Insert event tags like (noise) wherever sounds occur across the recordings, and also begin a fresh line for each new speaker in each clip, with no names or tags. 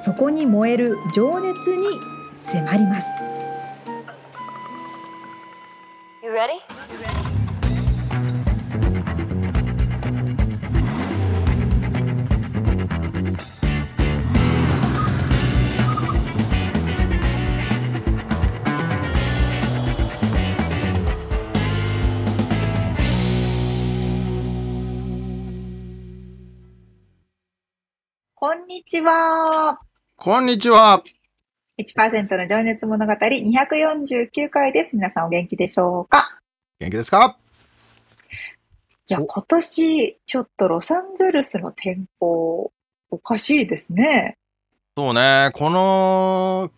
そこに燃える情熱に迫ります
You ready?
こんにちは
こんにちは。
1%の情熱物語249回です皆さんお元気でしょうか
元気ですか
いや
お
今年ちょっとロサンゼルスの天候おかしいですね
そうね、この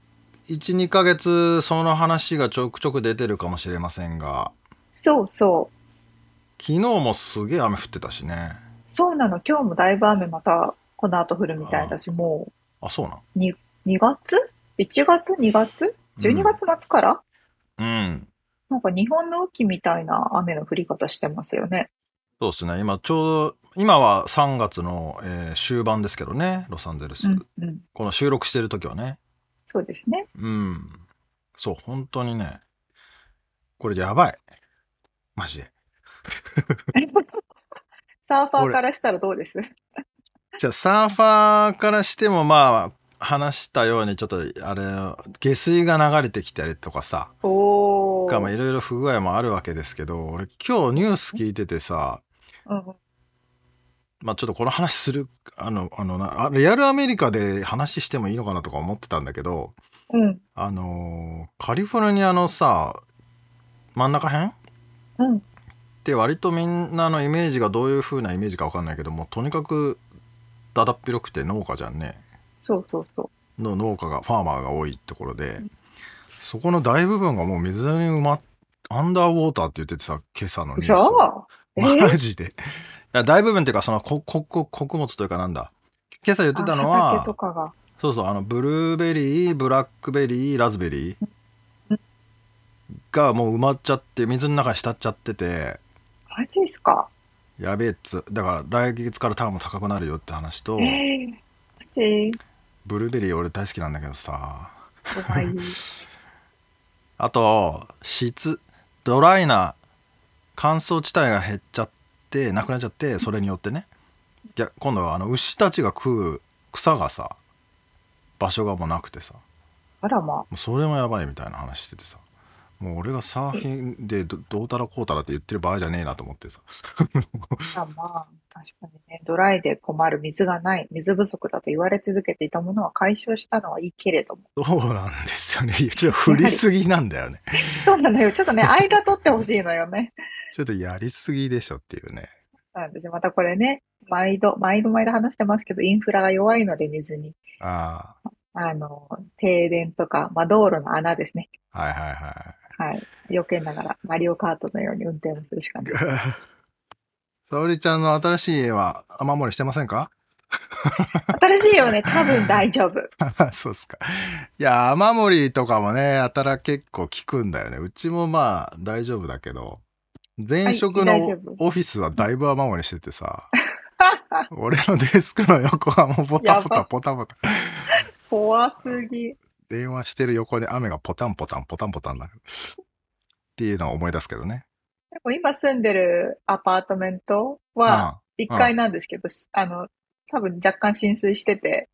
1、2ヶ月、その話がちょくちょく出てるかもしれませんが、
そうそう
昨日もすげえ雨降ってたしね。
そうなの今日もだいぶ雨またこの後降るみたいだしも
あ、そうな
う2月 ?1 月2月
うん
?12 月末から、
ん。うん。
なんか日本の雨季みたいな雨の降り方してますよね。
そうですね、今ちょうど、今は3月の、えー終盤ですけどね、ロサンゼルス。
うんうん。
この収録してる時はね。
そうですね。
うん。そう、本当にね、これやばい。マジで。
(laughs) サーファーからしたらどうです
じゃあサーファーからしてもまあ話したようにちょっとあれ下水が流れてきたりとかさ
お
まあ
ー。
いろいろ不具合もあるわけですけど俺今日ニュース聞いててさ
うん
まあちょっとこの話するあのあのなあリアルアメリカで話してもいいのかなとか思ってたんだけど
うん。
あのーカリフォルニアのさ真ん中辺っ
うん。
て割とみんなのイメージがどういう風なイメージかわかんないけどもとにかくだだっ広くて農家じゃんね。
そうそうそ
の農家がファーマーが多いところでそこの大部分がもう水に埋まっアンダーウォーターって言っててさ今朝の
う。
ニュースを
嘘えー
マジでいや大部分っていうかそのこここ穀物というかなんだ今朝言ってたの
あ畑とか
は
が。
そうそうあのブルーベリーブラックベリーラズベリー
うん
がもう埋まっちゃって水の中に浸っちゃってて
マジですか
やべえっつだから来月からターンも高くなるよって話と
えー。マジ
ブルーベリー俺大好きなんだけどさ
怖い。
あと湿ドライな乾燥地帯が減っちゃってなくなっちゃってそれによってねいや今度はあの牛たちが食う草がさ場所がもうなくてさも
あらま
うそれもやばいみたいな話しててさもう俺がサーフィンでどどうたらこうたらって言ってる場合じゃねえなと思ってさ (laughs)
あ、あらまあ。確かにね、ドライで困る水がない、水不足だと言われ続けていたものは解消したのはいいけれども。
そうなんですよねいやちょっと振りすぎなんだよね
そうなのよ。ちょっ
(laughs)
とね、間取ってほしいのよね。
ちょっとやりすぎでしょっていうね
なんですよまたこれね、毎度、毎度毎度話してますけど、インフラが弱いので水に、
あ
あの、停電とか、まあ、道路の穴ですね。
あはいはいはい
はい。避けながら、マリオカートのように運転をするしか
(laughs)
ない。
沙織ちゃんの新しい家は雨漏りしてませんか
新しいよね、多分大丈夫。
(laughs)
(laughs)
そうっすか。いや、雨漏りとかもね、やたら結構聞くんだよね。うちもまあ大丈夫だけど、前職の
はい大丈夫
オフィスはだいぶ雨漏りしててさ、 (laughs) 俺のデスクの横はもうポタポ
や
タ
ば
ポタポタ、
怖すぎ。
電話してる横で雨がポタンポタンポタンポタンなる。っていうのを思い出すけどね。
でも今住んでるアパートメントは、1階なんですけど、あの、多分若干浸水してて、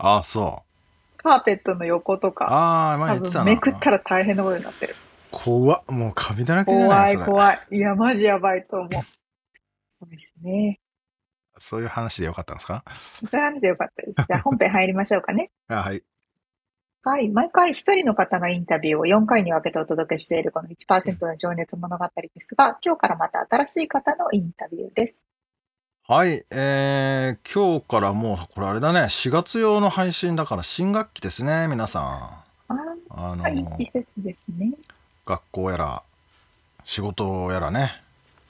うんああ、そう。
カーペットの横とか、
ああ、前
多
言って
分
たな。
めくったら大変なことになってる。
怖っ。もうカビだらけじゃな
怖
い
い
それ
怖い。いや、マジやばいと思う。そうですね。
そういう話でよかったんですか
そういう話でよかったです。じゃあ本編入りましょうかね。
あはい。
はい。毎回一人の方のインタビューを4回に分けてお届けしているこの1%の情熱物語ですが、今日からまた新しい方のインタビューです。
はい、えー、今日からもう、これあれだね、4月用の配信だから新学期ですね、皆さん。
あ
あ
あ、いい
の
季節ですね。
学校やら仕事やらね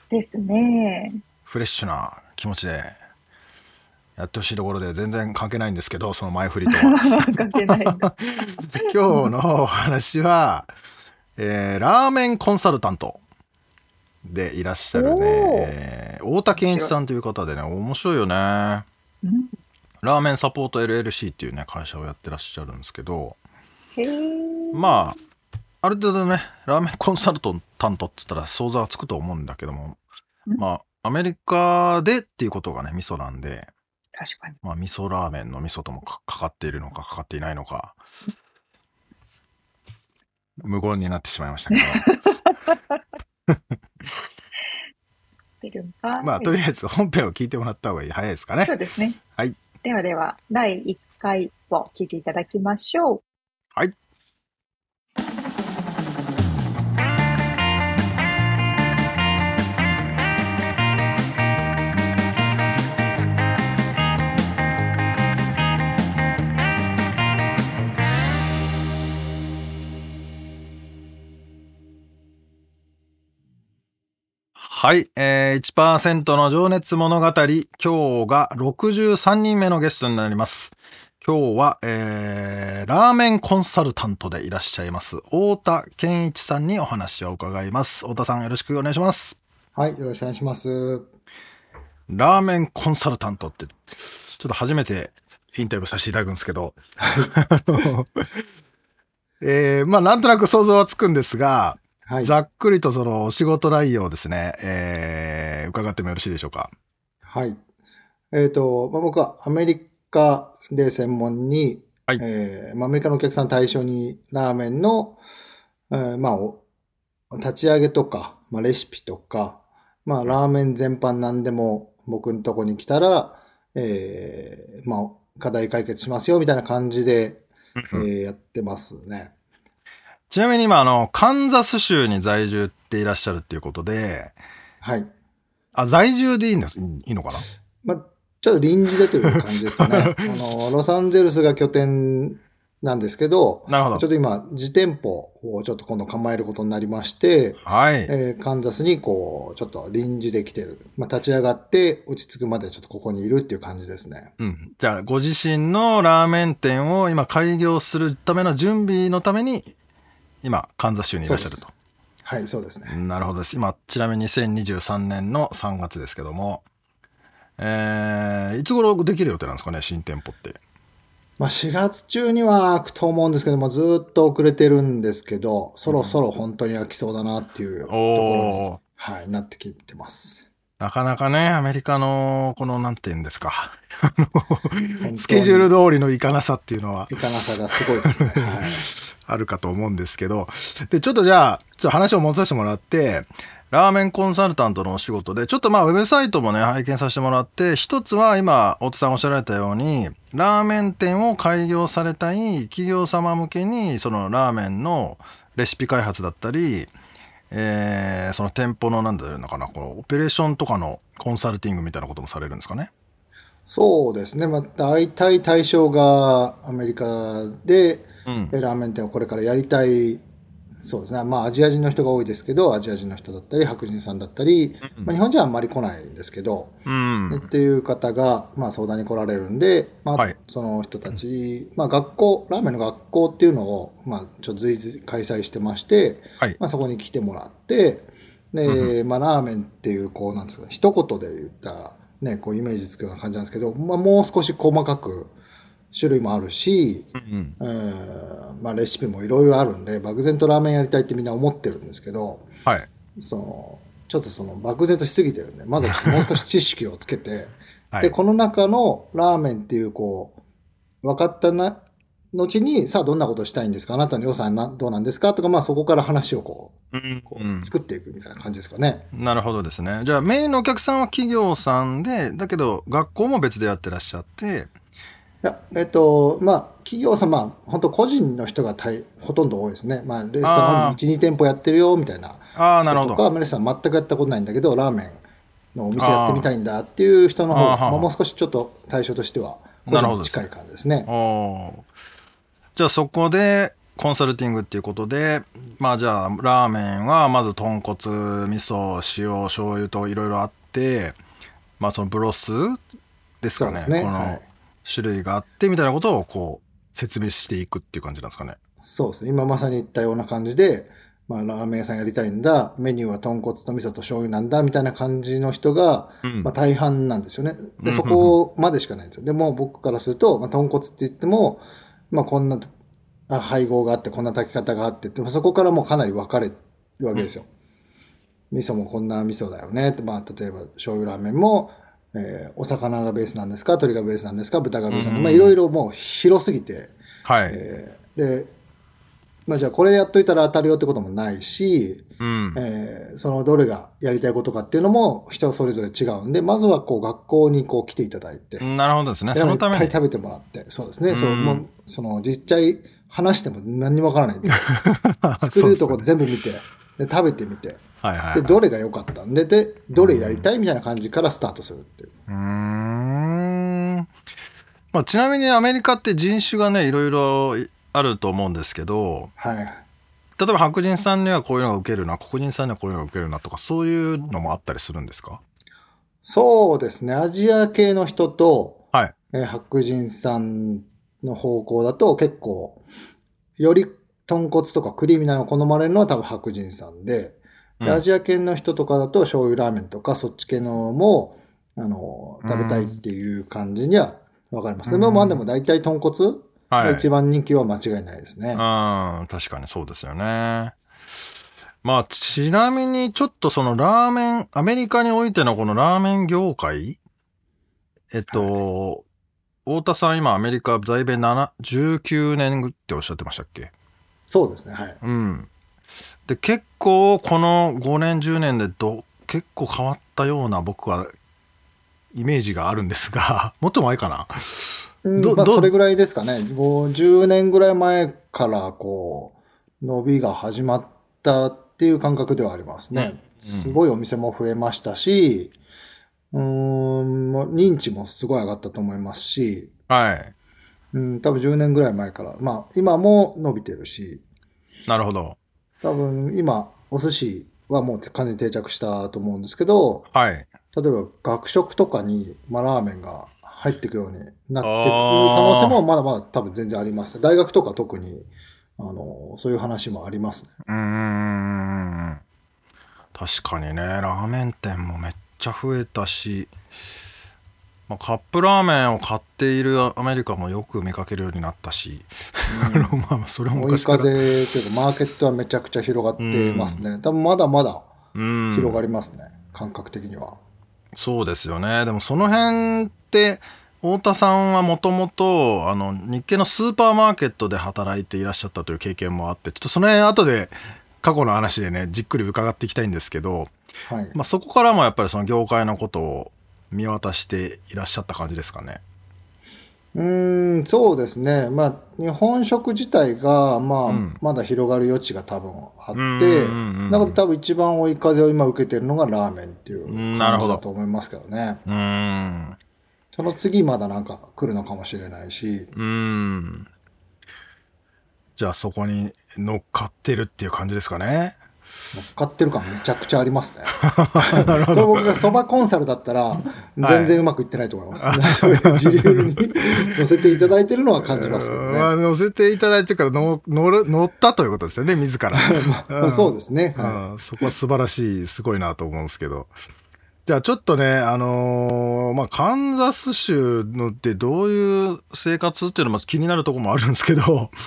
です
(laughs)
ね。
フレッシュな気持ちでやってほしいところで全然関係ないんですけどその前振りとは
(laughs)
関係ないんだ。
今日のお話は、えーラーメンコンサルタントでいらっしゃるね
おー、
えー太田健一さんという方でね面白いよねラ
うん、
ーメンサポート LLC っていうね会社をやってらっしゃるんですけど
へえ。
まあある程度ねラーメンコンサルト担当っつったら想像はつくと思うんだけども
うん
まあアメリカでっていうことがね味噌なんで
確かに。
まあ味噌ラーメンの味噌ともかかかっているのかかかっていないのか無言になってしまいましたけ
(laughs)
ど
フィルムが。
まあとりあえず本編を聞いてもらった方が早いですかね
そうですね。
はい。
ではでは、第1回を聞いていただきましょう。
はい。はい、えー、1%の情熱物語今日が63人目のゲストになります今日は、えーラーメンコンサルタントでいらっしゃいます太田健一さんにお話を伺います太田さんよろしくお願いします
はい、よろしくお願いします。
ラーメンコンサルタントってちょっと初めてインタビューさせていただくんですけどあの (laughs) えーまあなんとなく想像はつくんですが、
はい。
ざっくりとそのお仕事内容ですね、えー伺ってもよろしいでしょうか
はい。えっ、と、まあ、僕はアメリカで専門に、
はい
えーまあ、アメリカのお客さん対象にラーメンの、えーまあ、お立ち上げとか、まあ、レシピとか、まあ、ラーメン全般何でも僕のとこに来たら、えーまあ、課題解決しますよ、みたいな感じで、えーやってますね。
ちなみに今あのカンザス州に在住っていらっしゃるっていうことで
はい。
あ在住でいいんですいいのかな
まあ、ちょっと臨時でという感じです
(laughs)
かね。あの、ロサンゼルスが拠点なんですけど、
なるほ
ち
ど
ょっと今、自店舗をちょっと今度構えることになりまして、
はい
えーカンザスにこう、ちょっと臨時できてる。まあ、立ち上がって落ち着くまでちょっとここにいるっていう感じですね。
うん、じゃあご自身のラーメン店を今開業するための準備のために今カンザス州にいらっしゃる
そう
と
はい、そうですね。
なるほどです今ちなみに2023年の3月ですけどもえー、いつ頃できる予定なんですかね新店舗って
まあ、4月中には開くと思うんですけども、ずーっと遅れてるんですけど、そろそろ本当に開きそうだなっていうところに、
おー
はい、なってきてます。
なかなかねアメリカのこのなんて言うんですかあ
当
の
に
スケジュール通りのいかなさっていうのはい
かなさがすごい
(laughs)
ですね。はい。
あるかと思うんですけどでちょっとじゃあちょっと話を戻させてもらってラーメンコンサルタントのお仕事でちょっとまあウェブサイトもね拝見させてもらって一つは今太田さんおっしゃられたようにラーメン店を開業されたい企業様向けにそのラーメンのレシピ開発だったり、えーその店舗のなんだろうのかなこのオペレーションとかのコンサルティングみたいなこともされるんですかね。
そうですね、まあ、大体対象がアメリカで、
うん
えラーメン店をこれからやりたい、そうですね、まあ、アジア人の人が多いですけど、アジア人の人だったり、白人さんだったり、まあ、日本人はあんまり来ないんですけど、
うん
っていう方が、まあ、相談に来られるんで、まあ
はい
その人たち、まあ、学校、ラーメンの学校っていうのを、まあ、ちょっと随時開催してまして、
はい
まあ、そこに来てもらって、で、まあ、ラーメンっていう、こう、なんですか、一言で言ったら、ね、こう、イメージつくような感じなんですけど、まあ、もう少し細かく種類もあるし、
うん
うん、まあ、レシピもいろいろあるんで、漠然とラーメンやりたいってみんな思ってるんですけど、
はい
そのちょっとその漠然としすぎてるんでまずはちょっともう少し知識をつけて、
(laughs) はい
でこの中のラーメンっていうこう分かったな後にさあどんなことしたいんですかあなたの予算などうなんですかとか、まあ、そこから話をこうこ
うん
う作っていくみたいな感じですかね、
なるほどですね。じゃあメインのお客さんは企業さんでだけど学校も別でやってらっしゃって
いやえっとまあ企業様は本当個人の人が大ほとんど多いですね、まあ、レストラ
あ
ン12店舗やってるよみたいな
ああなる
人
ほ
と
ど。
か皆さん全くやったことないんだけどラーメンのお店やってみたいんだっていう人の方
あーあ
が
ー
まあ、もう少しちょっと対象としては個
なるほ
人
ど
に近い感じですね
おーじゃあそこでコンサルティングっていうことでまあじゃあラーメンはまず豚骨味噌塩醤油といろいろあってまあそのブロスですか
そうで
ね
すね
こ
は
の
い
種類があってみたいなことをこう説明していくっていう感じなんですかね。
そうですね。今まさに言ったような感じで、まあ、ラーメン屋さんやりたいんだ、メニューは豚骨と味噌と醤油なんだ、みたいな感じの人が、
うん
まあ、大半なんですよね。
うんうんう
で、
ん
そこまでしかないんですよ。でも僕からすると、まあ、豚骨って言っても、まあ、こんなあ配合があって、こんな炊き方があってって、まあそこからもうかなり分かれるわけですよ。味噌もこんな味噌だよねって、まあ、例えば醤油ラーメンも、えーお魚がベースなんですか鶏がベースなんですか豚がベースなんですか、まあ、
うん
いろいろもう広すぎて、
はい、
えーで、まあ、じゃあこれやっといたら当たるよってこともないし、
うん、
えーそのどれがやりたいことかっていうのも人それぞれ違うんでまずはこう学校にこう来ていただいて、
なるほどですね
で
そのた
い
め
っぱい
に
食べてもらってそうですね、そう
うん
もうその実際話しても何にもわからないん
(laughs)
で (laughs) 作ると
そ
こ
うですね
全部見てで食べてみて
はいはいはい
でどれが良かったんででどれやりたいみたいな感じからスタートするっていう。
うーんまあ、ちなみにアメリカって人種がねいろいろあると思うんですけど
はい
例えば白人さんにはこういうのが受けるな黒人さんにはこういうのが受けるなとかそういうのもあったりするんですか
そうですね。アジア系の人と、
はい
えー白人さんの方向だと結構、より豚骨とかクリーミーなのを好まれるのは多分白人さんで、で
うん
アジア系の人とかだと醤油ラーメンとかそっち系のも、あの、食べたいっていう感じには分かりますね。
うん
まあまあでも大体豚骨
は
が
い
一番人気は間違いないですね。
うん確かにそうですよねまあちなみにちょっとそのラーメンアメリカにおいてのこのラーメン業界えっと、太田さん今アメリカ在米7 19年っておっしゃってましたっけ
そうですね。はい。
うん、で結構この5年10年でど結構変わったような僕はイメージがあるんですが (laughs) もっと前かな
うん
ど
まあ、
ど
それぐらいですかね。50年ぐらい前から、こう、伸びが始まったっていう感覚ではありますね。すごいお店も増えましたし、うーん、まあ認知もすごい上がったと思いますし、
はい
うん、多分10年ぐらい前から、まあ、今も伸びてるし、
なるほど
多分今、お寿司はもう完全に定着したと思うんですけど、
はい
例えば学食とかに、まあ、ラーメンが入っていくようになっていく
あ
可
ー
能性もまだまだ多分全然あります。大学とか特にあのそういう話もありますね。
うーん確かにねラーメン店もめっちゃ増えたし、まあ、カップラーメンを買っているアメリカもよく見かけるようになった (laughs) し、あのまあまあそれも
追い
昔から
風というかマーケットはめちゃくちゃ広がってますね。多分まだまだ
うん
広がりますね、感覚的には。
そうですよねでもその辺って太田さんはもともとあの日系のスーパーマーケットで働いていらっしゃったという経験もあってちょっとその辺後で過去の話でねじっくり伺っていきたいんですけど、
はい。
まあ、そこからもやっぱりその業界のことを見渡していらっしゃった感じですかね。
うーん、そうですね。まあ、日本食自体が、まあ、
うん
まだ広がる余地が多分あって、
うんうんうん
だから多分一番追い風を今受けてるのがラーメンっていう
うんなるほ
感じ
ど
だと思いますけどね。
うーん
その次まだなんか来るのかもしれないし、
うーんじゃあそこに乗っかってるっていう感じですかね。
乗っかってる感めちゃくちゃありますね。これ僕がそばコンサルだったら、全然うまくいってないと思います。そういう (laughs) 自流に乗せていただいてるのは感じま
(laughs)
すけどね。
まあ乗せていただいてからの乗る乗ったということですよね自ら。
(laughs) まあそうですね。は
うんそこは素晴らしいすごいなと思うんですけどじゃあちょっとねあのーまあカンザス州のってどういう生活っていうのも気になるところもあるんですけど (laughs)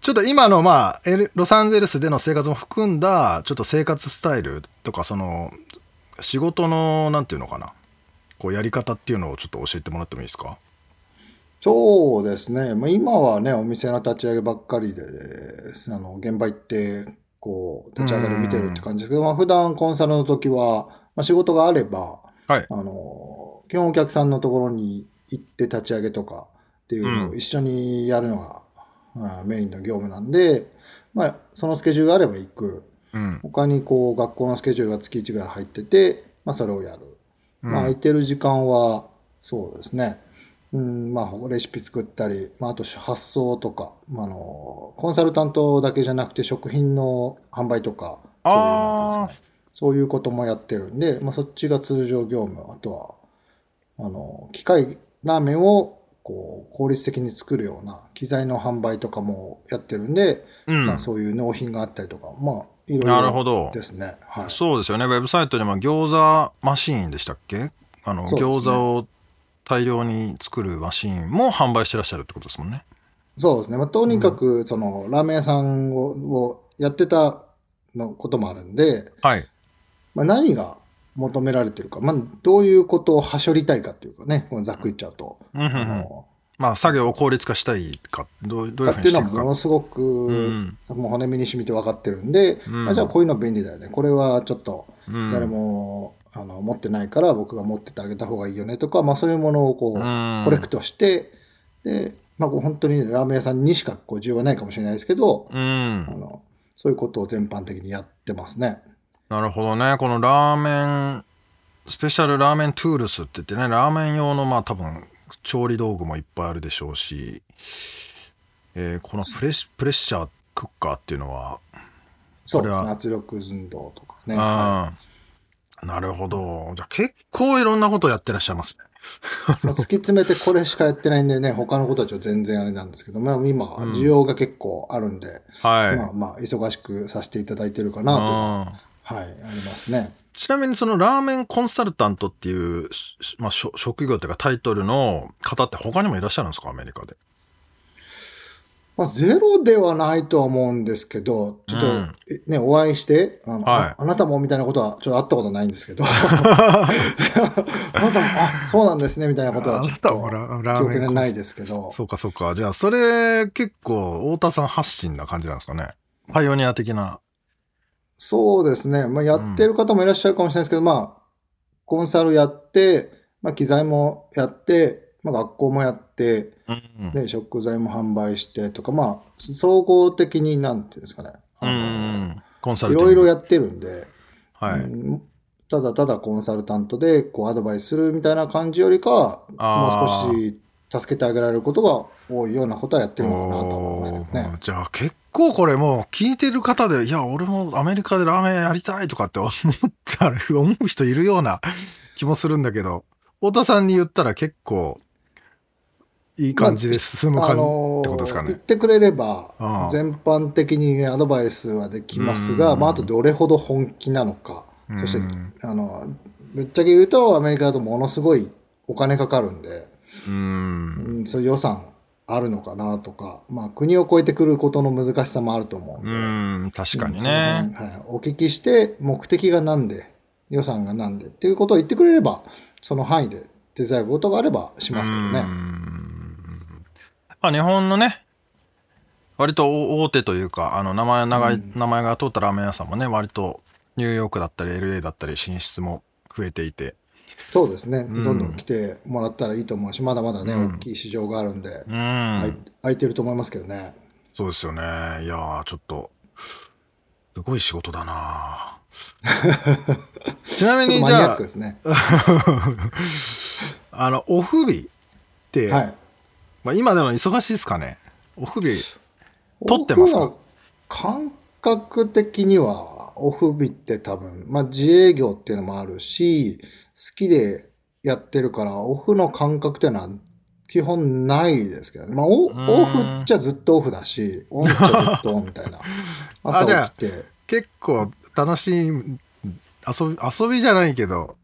ちょっと今のまあエルロサンゼルスでの生活も含んだちょっと生活スタイルとかその仕事のなんていうのかなこうやり方っていうのをちょっと教えてもらってもいいですか
いそうですね。まあ、今はね、お店の立ち上げばっかりで、あの現場行って、こう、立ち上がりを見てるって感じですけど、まあ、普段コンサルの時は、まあ、仕事があれば、
はい
あの、基本お客さんのところに行って立ち上げとかっていうの
う
を
ん
一緒にやるのが、あメインの業務なんで、まあ、そのスケジュールがあれば行く。
うん
他にこう、学校のスケジュールが月1ぐらい入ってて、まあ、それをやる。
うん
まあ、空いてる時間は、そうですね。うん、まあ、レシピ作ったり、まあ、あと発送とか、まあ、あの、コンサルタントだけじゃなくて食品の販売とか、そういうのだったんですかねそういうこともやってるんで、まあ、そっちが通常業務、あとは、あの、機械、ラーメンを、こう、効率的に作るような機材の販売とかもやってるんで、
うん
まあ、そういう納品があったりとか、まあ、いろい
なるほ
ろ
ど
ですね。はい。
そうですよねウェブサイトでも餃子マシーンでしたっけあの、
そうですね
餃子を大量に作るマシーンも販売してらっしゃるってことですもんね
そうですね。まあ、とにかく、その、ラーメン屋さんををやってたのこともあるんで、
はい
まあ、何が求められてるか、まあ、どういうことをはしょりたいかというかね、このざっくり言っちゃうと。
うんうんう
あ
ん
の
まあ作業を効率化したいかどうどういうふう
っ
に
ていう
して
の
い
は
く
も
か
のすごく、
ん
もう骨身に染みて分かってるんで、
うん
あじゃあこういうの便利だよね。これはちょっと
うん
誰も、あの持ってないから僕が持っててあげた方がいいよねとか、まあ、そういうものをこう、
うん
コレクトして、で、まあ、こう本当にねラーメン屋さんにしかこう需要はないかもしれないですけど、
うん
あのそういうことを全般的にやってますね。
なるほどねこのラーメンスペシャルラーメントゥールスって言ってねラーメン用のまあ多分調理道具もいっぱいあるでしょうし、えーこのプレップレッシャークッカーっていうのは
そう
こ
で
れ
す
は
ね。圧力運動とかね。はい
ああ、なるほど。じゃあ結構いろんなことやってらっしゃいますね。
まあ突き詰めてこれしかやってないんでね、他のことはちょっと全然あれなんですけど、まあ今、
ん
需要が結構あるんで、
はい。
まあまあ、忙しくさせていただいてるかなとは、
うん
はい、ありますね。
ちなみにそのラーメンコンサルタントっていう、しまあ、しょ職業というかタイトルの方って他にもいらっしゃるんですかアメリカ
(laughs)
で。
まあ、ゼロではないとは思うんですけど、ちょっと、
うん
えね、お会いして、あ
は
の、
い
ああなたもみたいなことは、ちょっと会ったこと (laughs) ないんです
(laughs)
けど、あなたも、あ、そうなんですね、みたいなことは、ちょっと、記憶にないですけど、
そうかそうか。じゃあそれ結構太田さん発信な感じなんですかね。パイオニア的な。
そうですね。まあ、やってる方もいらっしゃるかもしれないですけど、まあ、コンサルやって、まあ、機材もやって、まあ、学校もやって、
うん
で、食材も販売してとか、まあ、総合的に、なんていうんですかね。
う
あの
ん。コンサ
い
ルタント。
ろいろやってるんで、
はい。
うんただただコンサルタントで、こう、アドバイスするみたいな感じよりかは、
あー
もう少し助けてあげられることが多いようなことはやってるのかなとは思いますけどね
おー。じゃあ結構これもう聞いてる方で、いや、俺もアメリカでラーメンやりたいとかって (laughs) 思ったら、思う人いるような (laughs) 気もするんだけど、太田さんに言ったら結構いい感じで進む
あ
感じ
の
ってことですか
ー言っ
ね。
てくれれば
ああ
全般的にアドバイスはできます
うんうん
が、
うん
まあ、あとどれほど本気なのか、
うん
そしてあのぶっちゃけ言うとアメリカだとものすごいお金かかるんで、
うん。
うんそういう予算あるのかなとか、まあ、国を越えてくることの難しさもあると思うんで、
うん、確かに
うん
ね。
その辺はい、お聞きして目的が何で予算が何でっていうことを言ってくれればその範囲で手伝うことがあればしますけどね。
うんまあ、日本のね、割と大大手というか、あの名前長い、
うん
名前が通ったラーメン屋さんもね、割とニューヨークだったり LA だったり進出も増えていて、
そうですね、
ん
どんどん来てもらったらいいと思うし、まだまだね、
うん
大きい市場があるんで、
うん、
あい空いてると思いますけどね。
そうですよね。いやー、ちょっと、すごい仕事だ
(laughs)
なちなみ
ちょっ
に、じ
とマニア
ゃ
ッ
あ
クで、すね。
あの、オフ日って、
はい。
まあ、今でも忙しいですかね。オフ日、撮ってますか
オフは感覚的には、オフ日って多分、まあ自営業っていうのもあるし、好きでやってるから、オフの感覚っていうのは基本ないですけどね。まあオ
うーん
オフっちゃずっとオフだし、オンっちゃずっとオンみたいな。朝
じゃあ
起きて。
結構楽しい、遊び、遊びじゃないけど、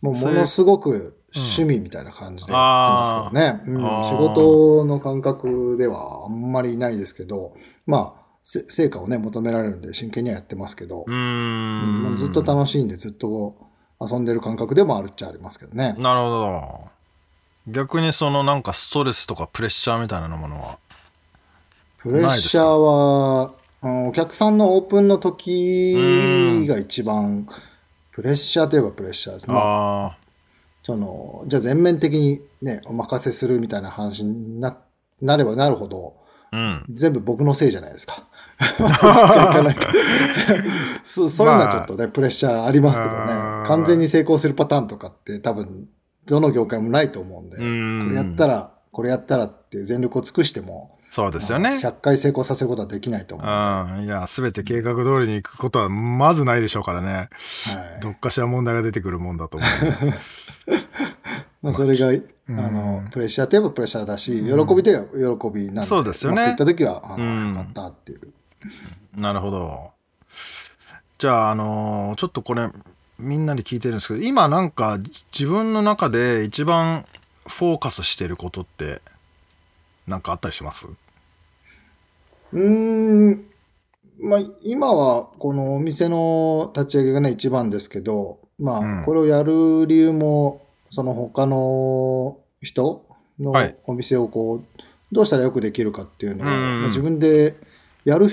もうものすごく趣味みたいな感じでやってますけどね。うん
あー
仕事の感覚ではあんまりないですけど、まあ、せ成果をね、求められるんで真剣にはやってますけど、
ん
うんずっと楽しいんでずっと遊んでる感覚でもあるっちゃありますけどね。
なるほど。逆にそのなんかストレスとかプレッシャーみたいなものは。
プレッシャーは、うんお客さんのオープンの時が一番、プレッシャーといえばプレッシャーですね。
あ
その、じゃあ全面的にね、お任せするみたいな話にななればなるほど、
あ、うん。
全部僕のせいじゃないで
(laughs)
すか。うまくいかないから (laughs) そうそういうのはちょっとね、プレッシャーありますけどね
あー。
完全に成功するパターンとかって多分、どの業界もないと思うんで、
う
こ
ん
れやったら、これやったらっていう全力を尽くしても、
そうですよね。
100回成功させることはできないと思う。は
うん、いや、すべて計画通りに行くことはまずないでしょうからね。
い
どっかしら問題が出てくるもんだと思
まあ、それが、
ん
あの、プレッシャーといえばプレッシャーだし、喜びといえば喜びなんで、
そうですよね
まくいった時は、あ
うん
よかったっていう。 (laughs)
う。なるほど。じゃあ、あのーちょっとこれ、みんなに聞いてるんですけど、今なんか自分の中で一番フォーカスしてることって、なんかあったりします
うーん、まあ、今はこのお店の立ち上げがね、一番ですけど、
う
ま
ん
あ、これをやる理由も、その他の人の
はい
お店をこう、どうしたらよくできるかっていうのを、
うんうん
まあ自分でやる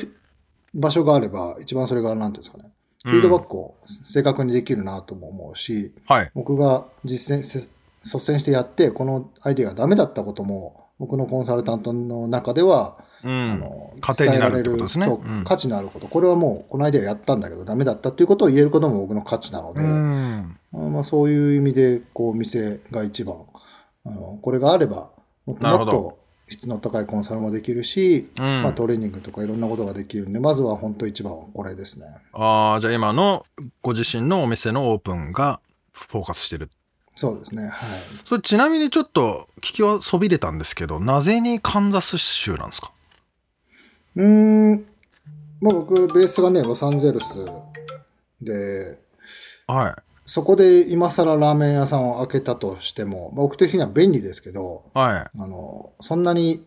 場所があれば、一番それが、なんていうんですかね、フィードバックを正確にできるなとも思うし、
はい。
僕が実践せ率先してやって、このアイデアがダメだったことも、僕のコンサルタントの中では、
う
あ
ん。
の
糧になるってことですね
伝えられるそう
うん
価値のあること、これはもうこの間やったんだけど、ダメだったっていうことを言えることも僕の価値なの
う
で、
ん。
まあ、そういう意味で、こう、店が一番、あのこれがあれば、もっと
なるほ
もっ
ど
と質の高いコンサルもできるし、
うん
まあ、トレーニングとかいろんなことができるんで、まずは本当一番はこれですね。
ああ、じゃあ今のご自身のお店のオープンがフォーカスしてる。
そうですね。はい。
それちなみにちょっと聞きはそびれたんですけど、なぜにカンザス州なんですか
うーん、まあ、僕、ベースがね、ロサンゼルスで、
はい。
そこで今更ラーメン屋さんを開けたとしても、まあ、僕的には便利ですけど、
はい。
あの、そんなに、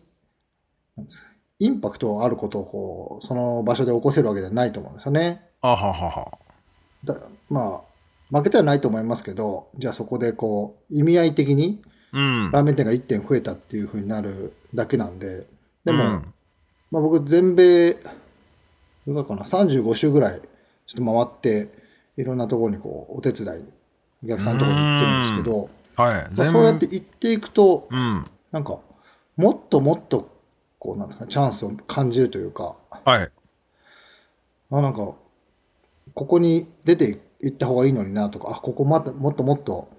なんですかインパクトあることをこう、その場所で起こせるわけじゃないと思うんですよね。
あははは。
だまあ、負けてはないと思いますけど、じゃあそこでこう、意味合い的に
うん。
ラーメン店が1点増えたっていうふうになるだけなんで、でも、
うん
まあ僕、全米、どうだかな、35周ぐらい、ちょっと回って、いろんなところにこう、お手伝い、お客さんのところに行ってるんですけど、
はい。
まあ
全部
そうやって行っていくと、
うん。
なんか、もっともっと、こう、なんですかね、チャンスを感じるというか、
はい。
あ、なんか、ここに出て行った方がいいのになとか、あ、ここまた、もっともっとやれるな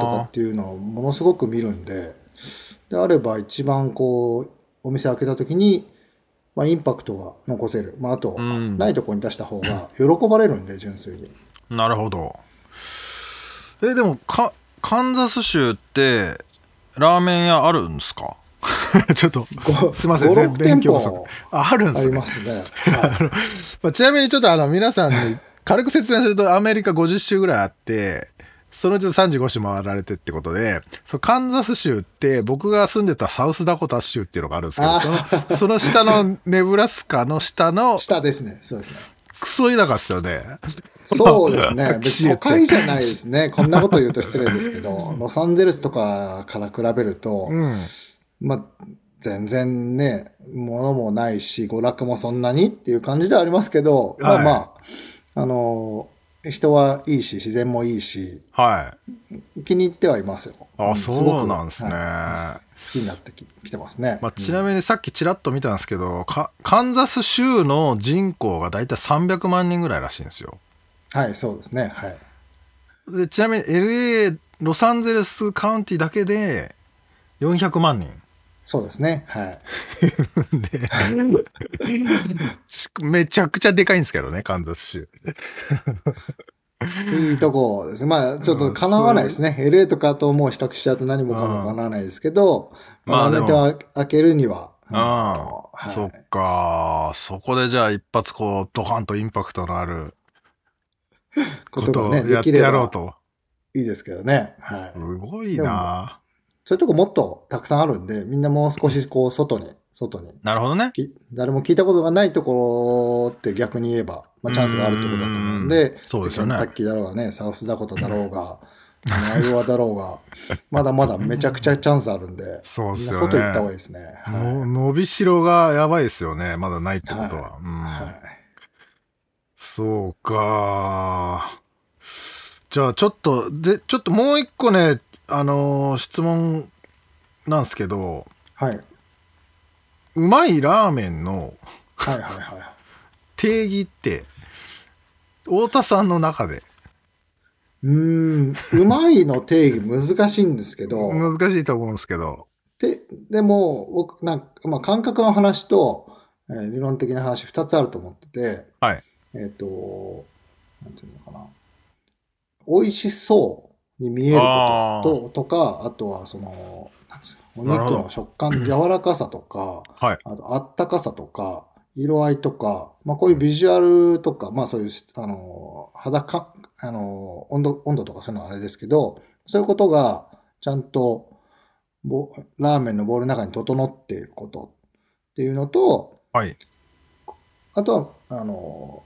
とか
あ
っていうのをものすごく見るんで、であれば一番こう、お店開けた時に、まあ、インパクトが残せる。まあ、あと、
うん
ないとこに出した方が喜ばれるんで、純粋に。
あ。なるほど。え、でも、か、カンザス州って、ラーメン屋あるんですか (laughs) ちょっと、すいません、
5、
全
6
勉
店
強不
舗
足。あ、あるんで
あ
す
り
ね
ま。すね。はい
まあ、ちなみにちょっとあの皆さん (laughs) に軽く説明するとアメリカ50州ぐらいあってそのうち35州回られてってことでそうカンザス州って僕が住んでたサウスダコタ州っていうのがあるんですけど
あ
そのその下のネブラスカの下の
下ですね。そうですね。
クソ田舎っすよね。。
そうです
(laughs)
ね別に都会じゃないですね。こんなこと言うと失礼ですけど、 (laughs) ロサンゼルスとかから比べると、
うん、
まあ、全然ね、物もないし、娯楽もそんなにっていう感じではありますけど、ま
は
あ
い
まあ、あのー、人はいいし、自然もいいし、
はい
気に入ってはいますよ。
あ
ん
そうなんですね、
ごくはい好きになってききてますね。
まあ、ちなみにさっきちらっと見たんですけどかカンザス州の人口が大体300万人ぐらいらしいんですよ。
はい、そうですね。はい。
でちなみに LA ロサンゼルスカウンティだけで400万人 (laughs)
そうですね。はい。
でめちゃくちゃでかいんですけどねカンザス州
いいとこですね。まあ、ちょっと叶わないですね。LA とかともう比較しちゃうと何もかも叶わないですけど、
ま
ま
あ
あ、
で
ラ
も
ーメン店を開けるには、
うん、
あの
そっ
はい。
かそこでじゃあ一発こうドカンとインパクトのあるこ
こと
と
が
を
ね、
や
で
っ
き
て
れ
やろう
ば
と、
いいですけどね。はい。
すごいな
そういうとこもっとたくさんあるんで、みんなもう少しこう、外に、外に。
なるほどね
き誰も聞いたことがないところって逆に言えば、まあ、チャンスがあるってことだと思うん
う
で
ん、そうですよね
ケンタッキーだろうがね、サウスダコタだろうが、あのアイオワだろうが、まだまだめちゃくちゃチャンスあるんで、
そうっ
みん
す
な
よね
外行った方がいいですね。はい
の伸びしろがやばいですよねまだないってことは、うん
はい。
そうか。じゃあちょっと、で、ちょっともう一個ね、あのー質問なんですけど、
はい。
うまいラーメンの
はいはいはい。
定義って、太田さんの中で
うーん、うまいの定義難しいんですけど、
難しいと思うんですけど。
で、でも、僕、なんか、まあ、感覚の話と、えー理論的な話二つあると思ってて、
はい。
えっ、と、なんていうのかな。美味しそうに見えることととか、あとはその、なんていうのお
なるほ
肉
ど
の食
(clears throat)
感、柔らかさとか、
はい。
あとあったかさとか、色合いとか、まあこういうビジュアルとか、まあそういう、あの、肌か、あの、温度、温度とかそういうのはあれですけど、そういうことがちゃんとボラーメンのボールの中に整っていることっていうのと、
はい。
あとは、あの、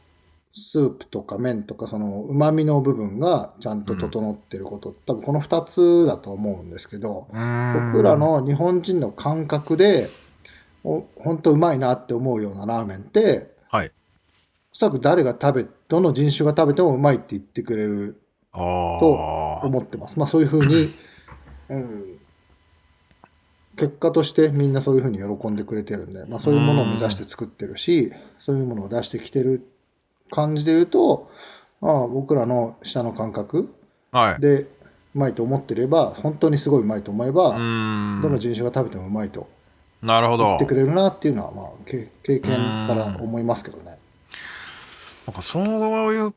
スープとか麺とか、その、旨味の部分がちゃんと整っていること、多分この二つだと思うんですけど、僕
僕
ら。の日本人の感覚で、お本当うまいなって思うようなラーメンって、
はい。
おそらく誰が食べ、どの人種が食べてもうまいって言ってくれる
あ
と
あ。
思ってます。まあそういうふうに、うん、結果としてみんなそういうふうに喜んでくれてるんで、まあそういうものを目指して作ってるし、そういうものを出してきてる感じで言うと、ああ僕らの下の感覚
はい。
でうまいと思ってれば、本当にすごいうまいと思え
う
ば、
ーん
どの人種が食べてもうまいと
なるほ
言
ど
って。くれるなっていうのは、まあ、け経験から思いますけどね。
なんかそういう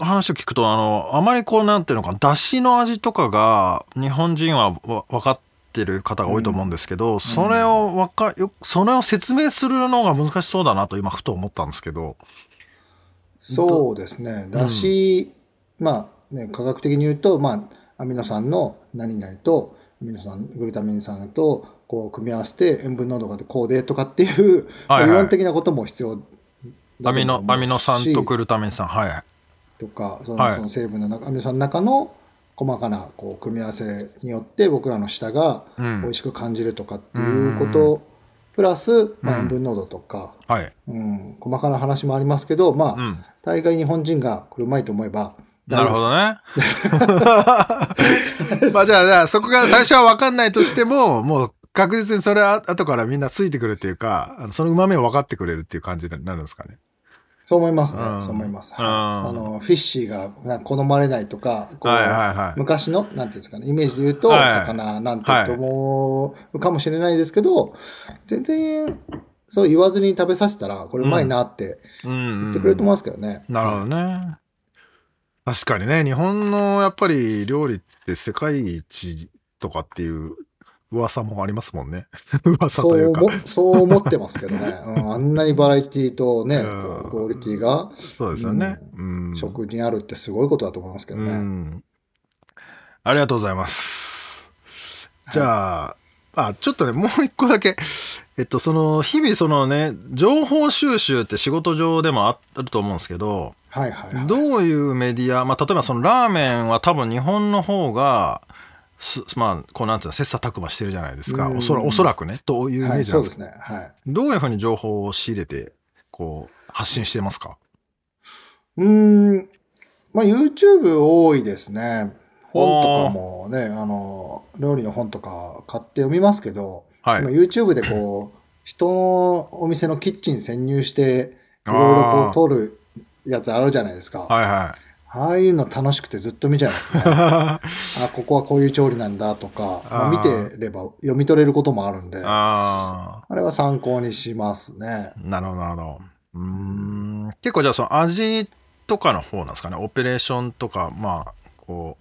話を聞くと、あの、あまりこう、なんていうのか、だしの味とかが、日本人はわ分かってる方が多いと思うんですけど、それをわか、よそれを説明するのが難しそうだなと今、ふと思ったんですけど。
そうですね。だし、まあ、ね、科学的に言うと、まあ、アミノ酸の何々と、アミノ酸、グルタミン酸と、こう、組み合わせて、塩分濃度がこうでとかっていう、
はいはい
理論的なことも必要
ア
だと思
ミ
いま
ノ
すし、
アミノ酸とグルタミン酸、はい。
とか、そ
は
の
い
その成分の中、アミノ酸の中の細かなこう組み合わせによって僕らの舌が
うん
美味しく感じるとかっていうこと、プラス、まあ、
うん
塩分濃度とか、
はい。
うん、細かな話もありますけど、まあ、
うん。
大概日本人がこれうまいと思えば、
なるほどね。 (laughs) まあじゃあ、じゃあそこが最初は分かんないとしても、もう確実にそれは後からみんなついてくるっていうか、あのその旨味を分かってくれるっていう感じになるんですかね。
そう思いますね
う。ん
そう思います。
うん
はいあの、フィッシーがなんか好まれないとか、こう
はいはいはい
昔の、なんていうんですかね、イメージで言うと、
はい
魚なんてと思うかもしれないですけど、全然、そう言わずに食べさせたら、これうまいなって
うん、
言ってくれると思いますけどね。
なるほどね。確かにね、日本のやっぱり料理って世界一とかっていう噂もありますもんね。 (laughs) 噂
そ
といううか。
思そう思ってますけどね、うんあんなにバラエティとね、
うん
こうクオリティが
そうですよね。うん。
食にあるってすごいことだと思いますけど
う
ね。
ん。ありがとうございます。じゃあ、あ、ちょっとね、もう一個だけ。えっと、その、日々そのね、情報収集って仕事上でもああると思うんですけど、
はいはい、はい。
どういうメディア、まあ、例えばそのラーメンは多分日本の方が、すまあ、こうなんていうの、切磋琢磨してるじゃないですか。
うん
おそらおそらくね、というイメ
は
ー
い、
ジな
そ
ん
う
で
ですす
け
ね。はい。
ど、どういうふうに情報を仕入れて、こう、発信していますか
うーん、まあ YouTube 多いですね。本とかもね、あの、料理の本とか買って読みますけど、
はい
今。YouTube でこ (laughs) う、人のお店のキッチン潜入して、い
あー
ろいろこう撮るやつあるじゃないですか。
はいは
ああいうの楽しくてずっと見ちゃいます (laughs) ね。あ、
い。
ここはこういう調理なんだとか、まあ
あ
見
ー
てれば読み取れることもあるんで、あ
ああ。
れは参考にしますね。
なるほど、なるほど。うーん。結構じゃあ、その味とかの方なんですかね。オペレーションとか、まあ、こ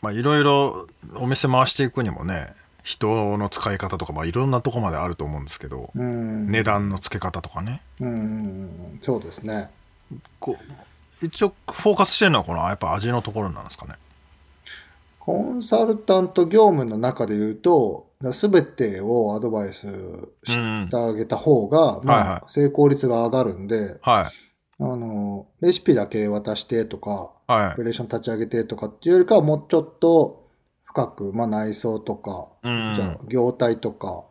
う、まあ、いろいろお店回していくにもね、人の使い方とか、まあ、いろんなとこまであると思うんですけど、
うん。
値段の付け方とかね。
うんうんうん、そうですね。
こう、一応、フォーカスしてるのは、この、やっぱ味のところなんですかね。
コンサルタント業務の中で言うと、すべてをアドバイスしてあげた方が、
んはい
ま
は
あ、成功率が上がるんで、
はい。
あの、レシピだけ渡してとか、オ
はい
ペ。レーション立ち上げてとかっていうよりかは、もうちょっと深く、まあ、内装とか、
うん
じゃあ業態とか、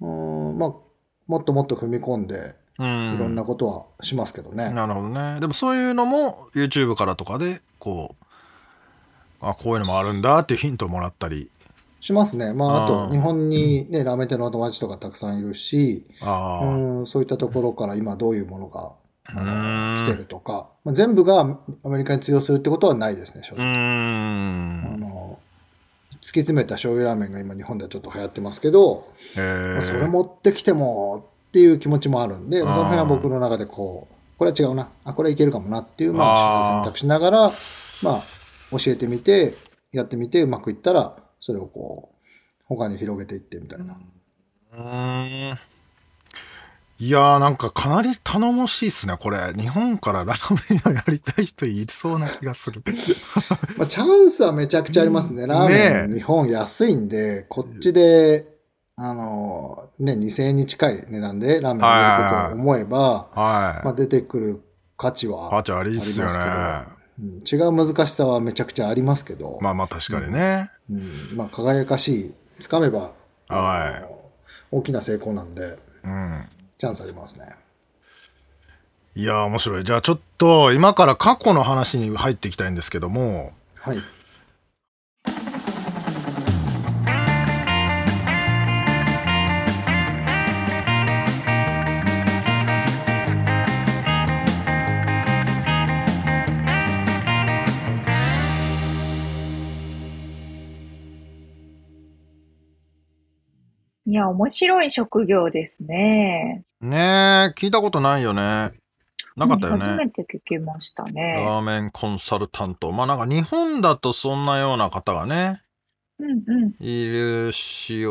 うん、まあ、もっともっと踏み込んで、
う
いろんなことはしますけどね。
なるほどね。でもそういうのも YouTube からとかで、こう、あ、こういうのもあるんだっていうヒントをもらったり。
しますね。まあ、あ
あ
と、
ー
日本にね、ラーメン店のお友達とかたくさんいるし、
ああ。
うん、そういったところから今どういうものが
うーん
来てるとか、まあ、全部がアメリカに通用するってことはないですね、正
うー
直。あ
ん
の突き詰めた醤油ラーメンが今日本ではちょっと流行ってますけど、
え
ま
ー
あそれ持ってきてもっていう気持ちもあるんで、そ
あー
の辺は僕の中でこう、これは違うな、あ、これはいけるかもなっていう、ま
あー
あ、取材選択しながら、まあ、教えてみて、やってみて、うまくいったら、それをこう、他に広げていってみたいな。
うーんいやーなんかかなり頼もしいっすねこれ日本からラーメンをやりたい人いそうな気がす (laughs) る
まあ、チャンスはめちゃくちゃありますね。ラーメン、
ね
日本安いんで、こっちで、あの、ね、2000円に近い値段でラーメンを売れることを思えば、
はい、
まあ、出てくる価値は
価値ありっすよね
あうん違う難しさはめちゃくちゃありますけど、
まあまあ確かにね、
うんまあ、輝かしい、つかめば、
はい
あの大きな成功なんで、
うん、
チャンスありますね。
いやー面白いじゃあちょっと今から過去の話に入っていきたいんですけども
はい。
いや、面白い職業ですね。
ねえ聞いたことないよねなかったよね
初めて聞きましたね。
ラーメンコンサルタントまあなんか日本だとそんなような方がね
うんうん。
いるし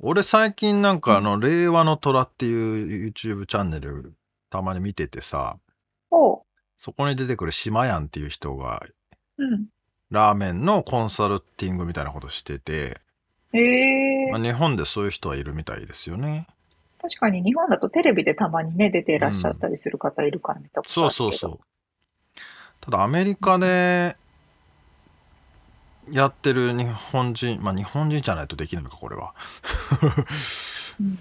俺最近なんかあの「令和の虎」っていう YouTube チャンネルたまに見ててさ
おう。
そこに出てくる島やんっていう人が
うん。
ラーメンのコンサルティングみたいなことしてて、
へえ
まあ、日本でそういう人はいるみたいですよね。
確かに日本だとテレビでたまにね、出てらっしゃったりする方いるから見たことあ
そう
るけ
そ
ど。
うそう。ただアメリカでやってる日本人、まあ日本人じゃないとできないのか、これは。
うん。い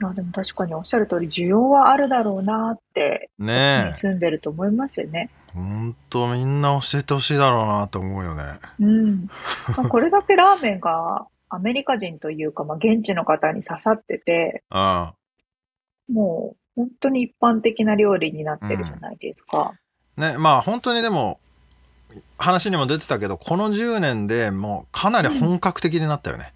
や、でも確かにおっしゃる通り需要はあるだろうなって、こっち
ね
に
え。
住んでると思いますよね。
ほんとみんな教えてほしいだろうなと思うよね。
うん。
(laughs)
まあ、これだけラーメンがアメリカ人というか、まあ、現地の方に刺さってて、
ああ。
もう本当に一般的な料理になってるじゃないですか。
ね、まあ本当にでも、話にも出てたけど、この10年でもうかなり本格的になったよね。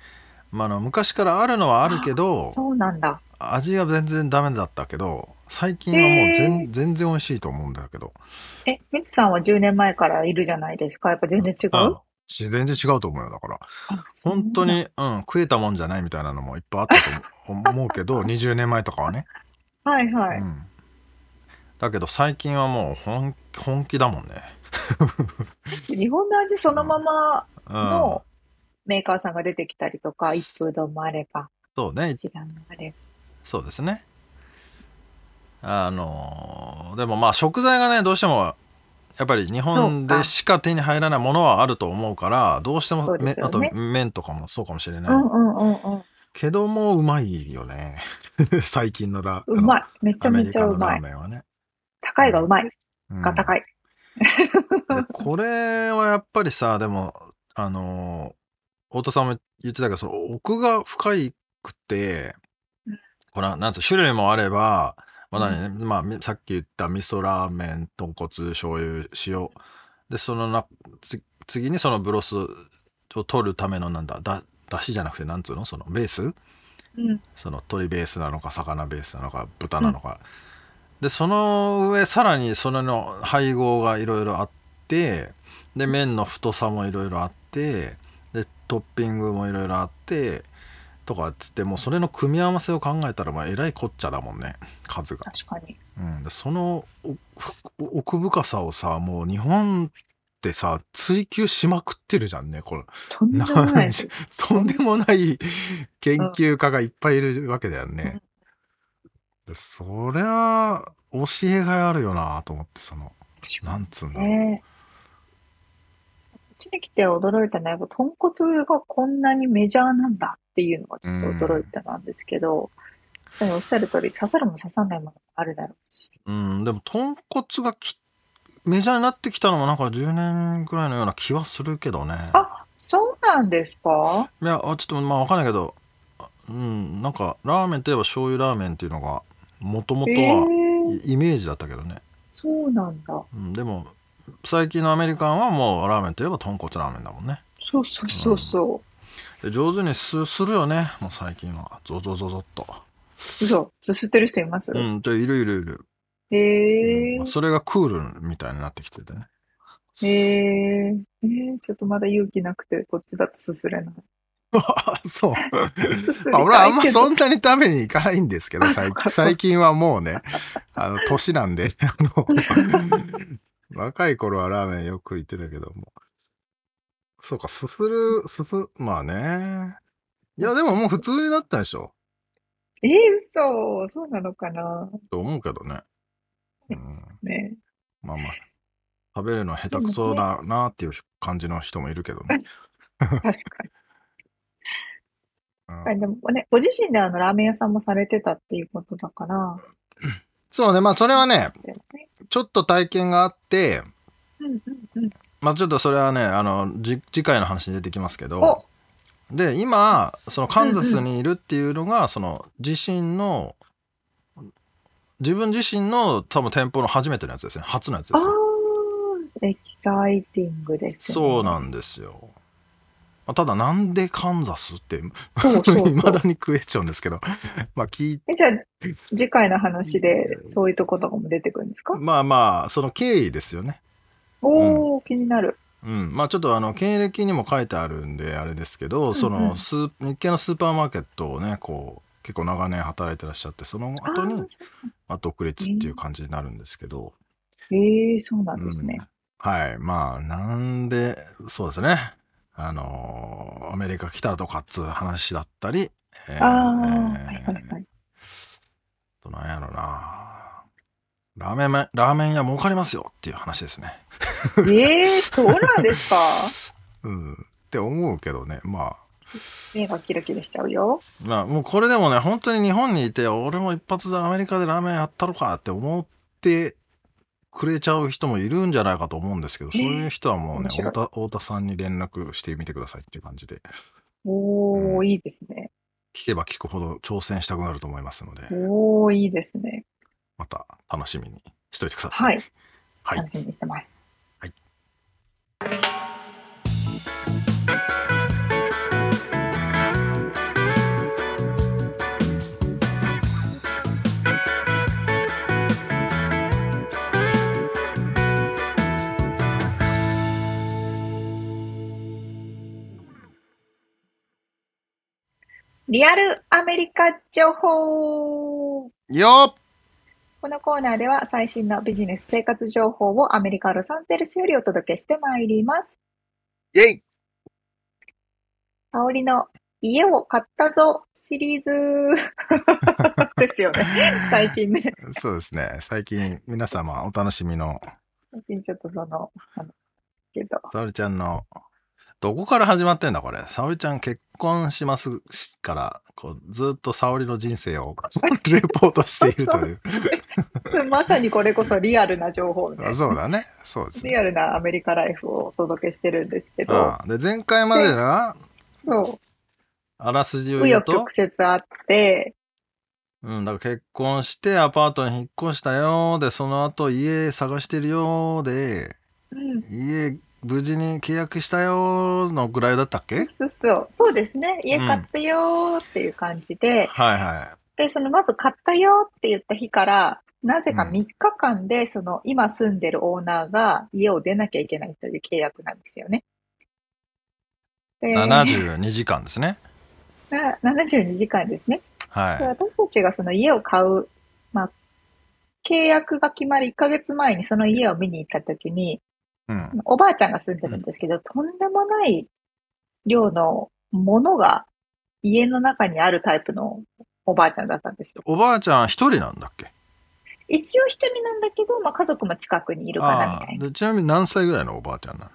まああの昔からあるのはあるけど、
そうなんだ。
味が全然ダメだったけど、最近はもう全,、
へえ
全然美味しいと思うんだけど。
え、みつさんは10年前からいるじゃないですか。やっぱ全然違う
うん全然違うと思うよ。だから、
あそう
本当に、うん、食えたもんじゃないみたいなのもいっぱいあったと思う思う
(laughs)
けど、20年前とかはね。
はいはい。
うん。だけど最近はもう本本気だもんね。
日本の味そのまま
うん
の。メーカーさんが出てきたりとか、一風堂もあれば、
そうね、
一蘭もあれ
そうですね。あのーでもまあ食材がね、どうしても、やっぱり日本
そう
で
か
しか手に入らないものはあると思うから、どうして
そ
も、
うで
め
すよ
あと
ね
麺とかもそうかもしれない
ば。うんうんうんうん。
けどもうまいよね (laughs) 最近のラ
うま
い
い。めちゃめちゃうま
ア
い。
メリカのラーメンはね、
高いがうまい。
うん
が高い。
でこれはやっぱりさでもあのー太田さんも言ってたけどその奥が深いくて
うん
これはなんつう種類もあればまだね、まあみさっき言った味噌ラーメン豚骨醤油塩でそのなつ次にそのブロスを取るためのなんだだだしじゃなくてなんつうのそのベース、
うん。
その鶏ベースなのか魚ベースなのか豚なのか、でその上さらにそれの配合がいろいろあってで麺の太さもいろいろあってでトッピングもいろいろあってとかっつってもうそれの組み合わせを考えたらまあえらいこっちゃだもんね数が、
確かに。
うん、でそのおお奥深さをさもう日本ってさ追求しまくってるじゃんねこれ
とんでもないです。
とんでもない研究家がいっぱいいるわけだよね。でそりゃ教えがいあるよなと思ってそのなんつうんだろ
(laughs)
う、
ねえ。こっちに来て驚いたのは、やっぱ豚骨がこんなにメジャーなんだっていうのがちょっと驚いたなんですけど、確かにおっしゃる通り、刺さるも刺さないものもあるだろうし。
うん、でも豚骨がきメジャーになってきたのもなんか10年くらいのような気はするけどね。
あそうなんですか
いやあちょっとまあわかんないけど、あうん、なんかラーメンといえば醤油ラーメンっていうのがもともと
え
は
ー
イメージだったけどね、
そうなんだ。
うん、でも最近のアメリカンはもうラーメンといえば豚骨ラーメンだもんね
そうそうそうそ
で上手にすするよねもう最近はゾゾゾゾっと
う。嘘、すすってる人います
うんでいるいるいる、
へ
う
え
んそれがクールみたいになってきててね
へええーちょっとまだ勇気なくて、こっちだとすすれ
(laughs)
ない。
あそう
すすりた
ま
い
あ、(laughs) 俺はあんま
けど
そんなに食べに行かないん (laughs) ですけど、
あ
最
そうか
近最近はもうね、あの、年なんで、 (laughs) あの、若い頃はラーメンよく行ってたけども。そうか、すする、すす、まあね。いや、でももう普通になったでしょ。
えー、嘘、そうなのかな。
と思うけどね。うん、 (laughs)
ね。
まあまあ。食べるの下手くそだなっていう感じの人もいるけどね。
確かに。
うん
はいでもね、ご自身であのラーメン屋さんもされてたっていうことだから。
そうね、まあそれはね、
ね
ちょっと体験があって、
うんうんうん。
まあちょっとそれはね、あの、じ次回の話に出てきますけど
お、
で今そのカンザスにいるっていうのが、その自身の自分自身の多分店舗の初めてのやつですね初のやつで
あ
すね
ー、エキサイティングですね。
そうなんですよまあただなんでカンザスって
そうそう
(laughs)
そう
いまだにクエスチョンですけど (laughs) まあ聞い
え、じゃあ、次回の話で、そういうとことかも出てくるんですか
まあまあその経緯ですよね
おー、気になる。
うんまあちょっとあの経歴にも書いてあるんであれですけど、そ
うんう
の
ん
スー日系のスーパーマーケットをねこう結構長年働いてらっしゃってその
あ
後に
ー
まあ独立っていう感じになるんですけど、
えー、そうなんですね。
うんはい。まあ、なんで、そうですね。あのーアメリカ来たとかっつう話だったり、えー
あー、
え
はい
ー
はいはい。
と、なんやろな。ラーメンめ、ラーメン屋儲かりますよっていう話ですね。
えー、そうなんですか (laughs)
うん。って思うけどね。まあ、
目がキラキラしちゃうよ。
まあ、もうこれでもね、本当に日本にいて、俺も一発でアメリカでラーメンやったのかって思ってくれちゃう人もいるんじゃないかと思うんですけど、そういう人はもうね、
面白い
太田太田さんに連絡してみてくださいっていう感じで。
お
う
ー、
ん
いいですね。
聞けば聞くほど挑戦したくなると思いますので、
おー、いいですね。
また楽しみにしといてくださ。
はいい、
はい。
楽しみにしてます。リアルアメリカ情報
よっ
このコーナーでは最新のビジネス生活情報をアメリカ・ロサンゼルスよりお届けしてまいります。
イェイ
香りの家を買ったぞシリーズ (laughs) ですよね。
(laughs)
最近ね。
そうですね。最近皆様お楽しみの、
最近ちょっとその、あの、けど、
沙織ちゃんの、どこから始まってんだこれ。沙織ちゃん結婚しますから、こうずっと沙織の人生 (laughs) をレポートしているという。
まさにこれこそリアルな情報みたい
あ
な。
そうだね。そうです
リ
ね。
アルなアメリカライフをお届けしてるんですけど、
ああで前回までが
そ
あらすじ
う、
を
紆
言う
余
と
曲、折あって、
うん、だから結婚してアパートに引っ越したよーで、その後家探してるよーで、
うん、
家無事に契約したよのぐらいだったっけ
そうそう、そうですね。家買ったよーっていう感じで、
はいは
で、そのまず買ったよって言った日から、なぜか3日間で、その今住んでるオーナーが家を出なきゃいけないという契約なんですよね。
い
で、
72時間ですね
な72時間ですね。で、
は
私たちがその家を買う、まあ、契約が決まる1ヶ月前にその家を見に行った時に、
い、うん、
おばあちゃんが住んでるんですけど、とんでもない量のものが家の中にあるタイプのおばあちゃんだったんですよ。
おばあちゃん一人なんだっけ
一応一人なんだけど、まあ、家族も近くにいるかなみ
あ
たい
あでちなみに何歳ぐらいのおばあちゃんな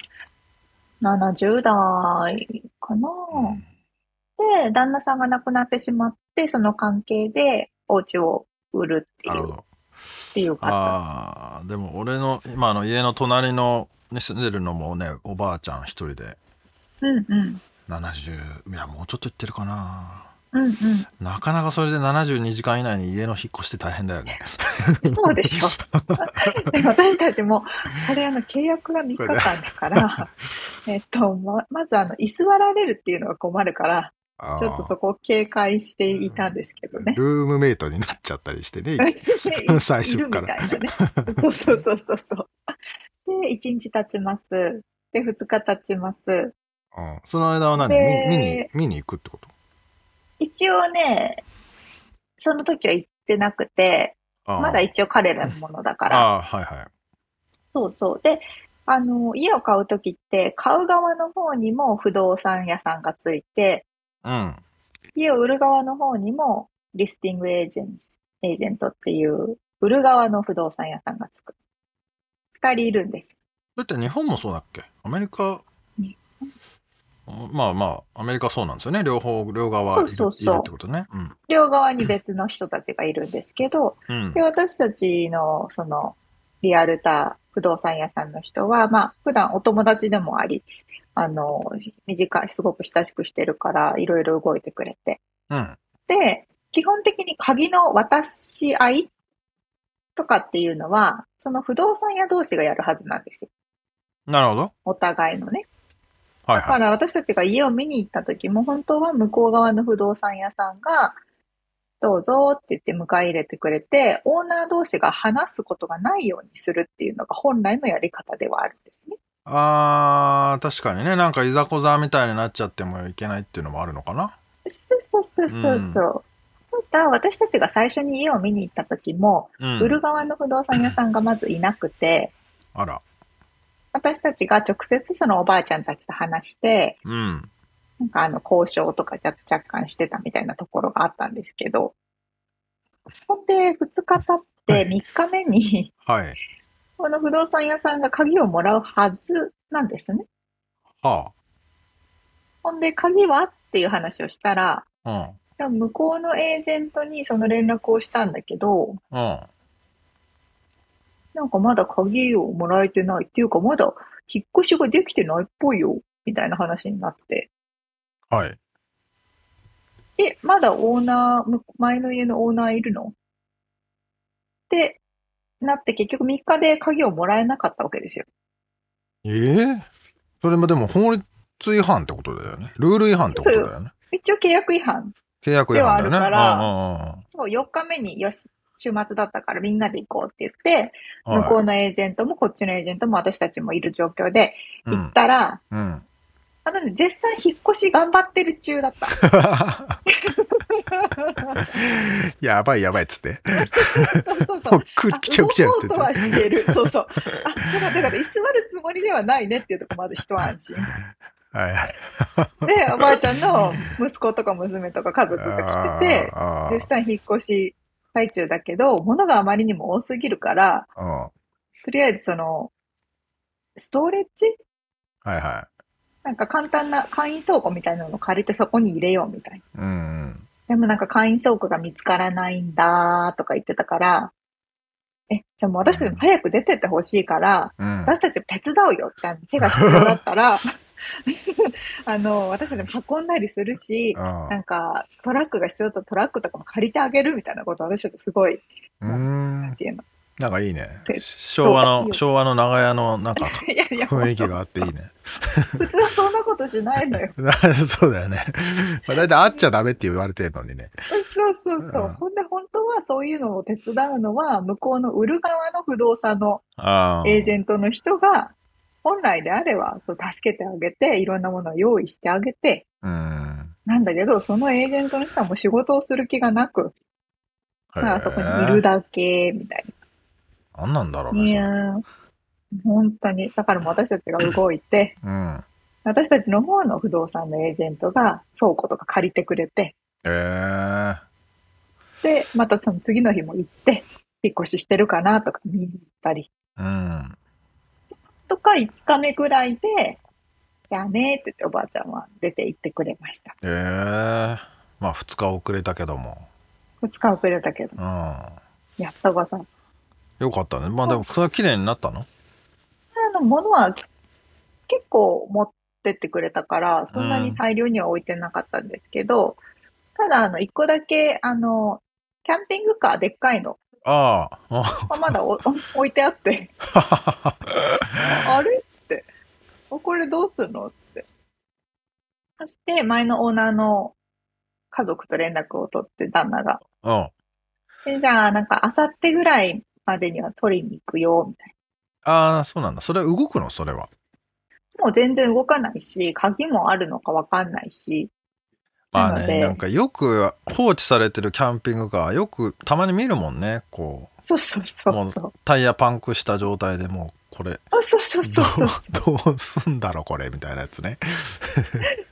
な。70代かな、
の、うん
で、旦那さんが亡くなってしまって、その関係でお家を売るって
ないるほ
う、っ
ど
ていう方。
ああでも俺の今の家の隣のに住んでるのもねおばあちゃん一人で
うんうん。
70いやもうちょっと行ってるかな
うんうん。
なかなかそれで72時間以内に家の引っ越しって大変だよね。
そうでしょで私たちも、これあの契約が3日間だ
(laughs)
から、えっと、ま、まずあの、居座られるっていうのが困るから、
(laughs) あー
ちょっとそこを警戒していたんですけどね。
ルームメイトになっちゃったりして
(laughs)
ね。
で
最初
いるみ
か
たい
ら
なね。そうそうそうそうそう。で、1日経ちます。で、2日経ちます。
うん、その間は何
で
見見に見に行くってこと
一応ね、その時は行ってなくて、
あー
まだ一応彼らのものだから、
あーはいはい。
そうそう。で、あの、家を買うときって、買う側の方にも不動産屋さんがついて、
うん。
家を売る側の方にもリスティングエージェンスエージェントっていう、売る側の不動産屋さんがつく。二人いるんです。
だって日本もそうだっけアメリカ
日
まあまあアメリカそうなんですよね両方両側いる
そうそうそう
いるってことねうん、
両側に別の人たちがいるんですけど、
うん
で、私たちの、その、リアルター、不動産屋さんの人は、まあ、普段お友達でもあり、あの、短い、すごく親しくしてるから、いろいろ動いてくれて。
うん、
で、基本的に鍵の渡し合いとかっていうのは、その不動産屋同士がやるはずなんですよ。
なるほど
お互いのね。
はい
だか
はい
ら私たちが家を見に行った時も、本当は向こう側の不動産屋さんが、どうぞって言って迎え入れてくれて、オーナー同士が話すことがないようにするっていうのが本来のやり方ではあるんですね。
あー確かにねなんかいざこざみたいになっちゃってもいけないっていうのもあるのかな
そうそうそうそうそう。ただ、私たちが最初に家を見に行った時も、
うん
売る側の不動産屋さんがまずいなくて、
あら
私たちが直接そのおばあちゃんたちと話して、
うん
なんかあの交渉とか若若干してたみたいなところがあったんですけど、ほんで2日経って3日目に、
はい
この不動産屋さんが鍵をもらうはずなんですね。
は
ほんで鍵はっていう話をしたら、
あ
でも向こうのエージェントにその連絡をしたんだけど、
うんうん
なんかまだ鍵をもらえてないっていうかまだ引っ越しができてないっぽいよ、みたいな話になって。
はい
え、まだオーナー、む前の家のオーナーいるのってなって結局3日で鍵をもらえなかったわけですよ。
えー、それもでも法律違反ってことだよねルール違反ってことだよね
一応契約違反。
契約違反だよ
で
ね
はあるから
うん
そう、4日目によし、週末だったからみんなで行こうって言って、
うんうんうん
向こうのエージェントもこっちのエージェントも私たちもいる状況で
はい、う
行っ
ん
たら、
うん
あのね、絶賛引っ越し頑張ってる中だ
(laughs)
った。
(laughs) やばいやばいっつって。
そうそうそ
も (laughs)
う
う。来
あ
来ちゃう来ちゃうって
動こうと
言っ
はし
て。
てる。そうそう。あ、だから、だから、居座るつもりではないねっていうところまで一安心。
はいはい。 (laughs)
で、おばあちゃんの息子とか娘とか家族が来てて、
あー
絶賛引っ越し最中だけど、物があまりにも多すぎるから、
あーうん
とりあえずその、ストレッチ
はいは
なんか簡単な簡易倉庫みたいなのを借りてそこに入れようみたいな。
い。うんうん。
でもなんか簡易倉庫が見つからないんだーとか言ってたから、え、じゃあもう私たちも早く出てってほしいから、
うん。
私たちも手伝うよってあの手が必要だったら (laughs) あの私たちも運んだりするし
あ
なんかトラックが必要だったらトラックとかも借りてあげるみたいなことを私たちすごい
ーうーん
っ。ていうの
なんかいいね。
で
昭和
そういい
の、
よ
昭和の長屋のなんか
いやいや
雰囲気があっていいね。 (laughs)
普通はそんなことしないのよ
そうだよね。まあ、だいたい会っちゃダメって言われてるのにね。
そうそうそう、
うん
ほんで本当はそういうのを手伝うのは向こうの売る側の不動産の
ああ。
エージェントの人が本来であればそう助けてあげていろんなものを用意してあげて
うん。
なんだけどそのエージェントの人はもう仕事をする気がなくまあ、そこにいる
だ。
だけ、みたい
何なんだろう
な。い
ね。
やー本当に。だからもう私たちが動いて、
それうん。
私たちの方の不動産のエージェントが倉庫とか借りてくれて、
ええー。
で、またその次の日も行って、引っ越ししてるかなとか見に行ったり、
うん。
とか5日目ぐらいで、やねーって言っておばあちゃんは出て行ってくれました。
ええー。まあ2日遅れたけども。
2日遅れたけど、
うん。
やっとばさん。
よかったね。まあでも、それは綺麗になったの
あの、物は結構持ってってくれたから、そんなに大量には置いてなかったんですけど、ただ、あの、一個だけ、あの、キャンピングカーでっかいの、
あああ
まあまだお (laughs) お置いてあって、
あ (laughs)
あれって、おこれどうすんのって。そして、前のオーナーの家族と連絡を取って、旦那が。
うん
でじゃあ、なんか、あさってぐらいまでには取りに行くよ、みたい
ああそうなんだそれは動くのそれは
な。もう全然動かないし、鍵もあるのかわかんないし、
まあ
なの
ね
で
なんかよく放置されてるキャンピングカーよくたまに見るもんねこ
そうそうそう
もう
そう。
うタイヤパンクした状態でもうこれ
あそうそうそ
ど
うそう
う。どう (laughs) すんだろこれみたいなやつね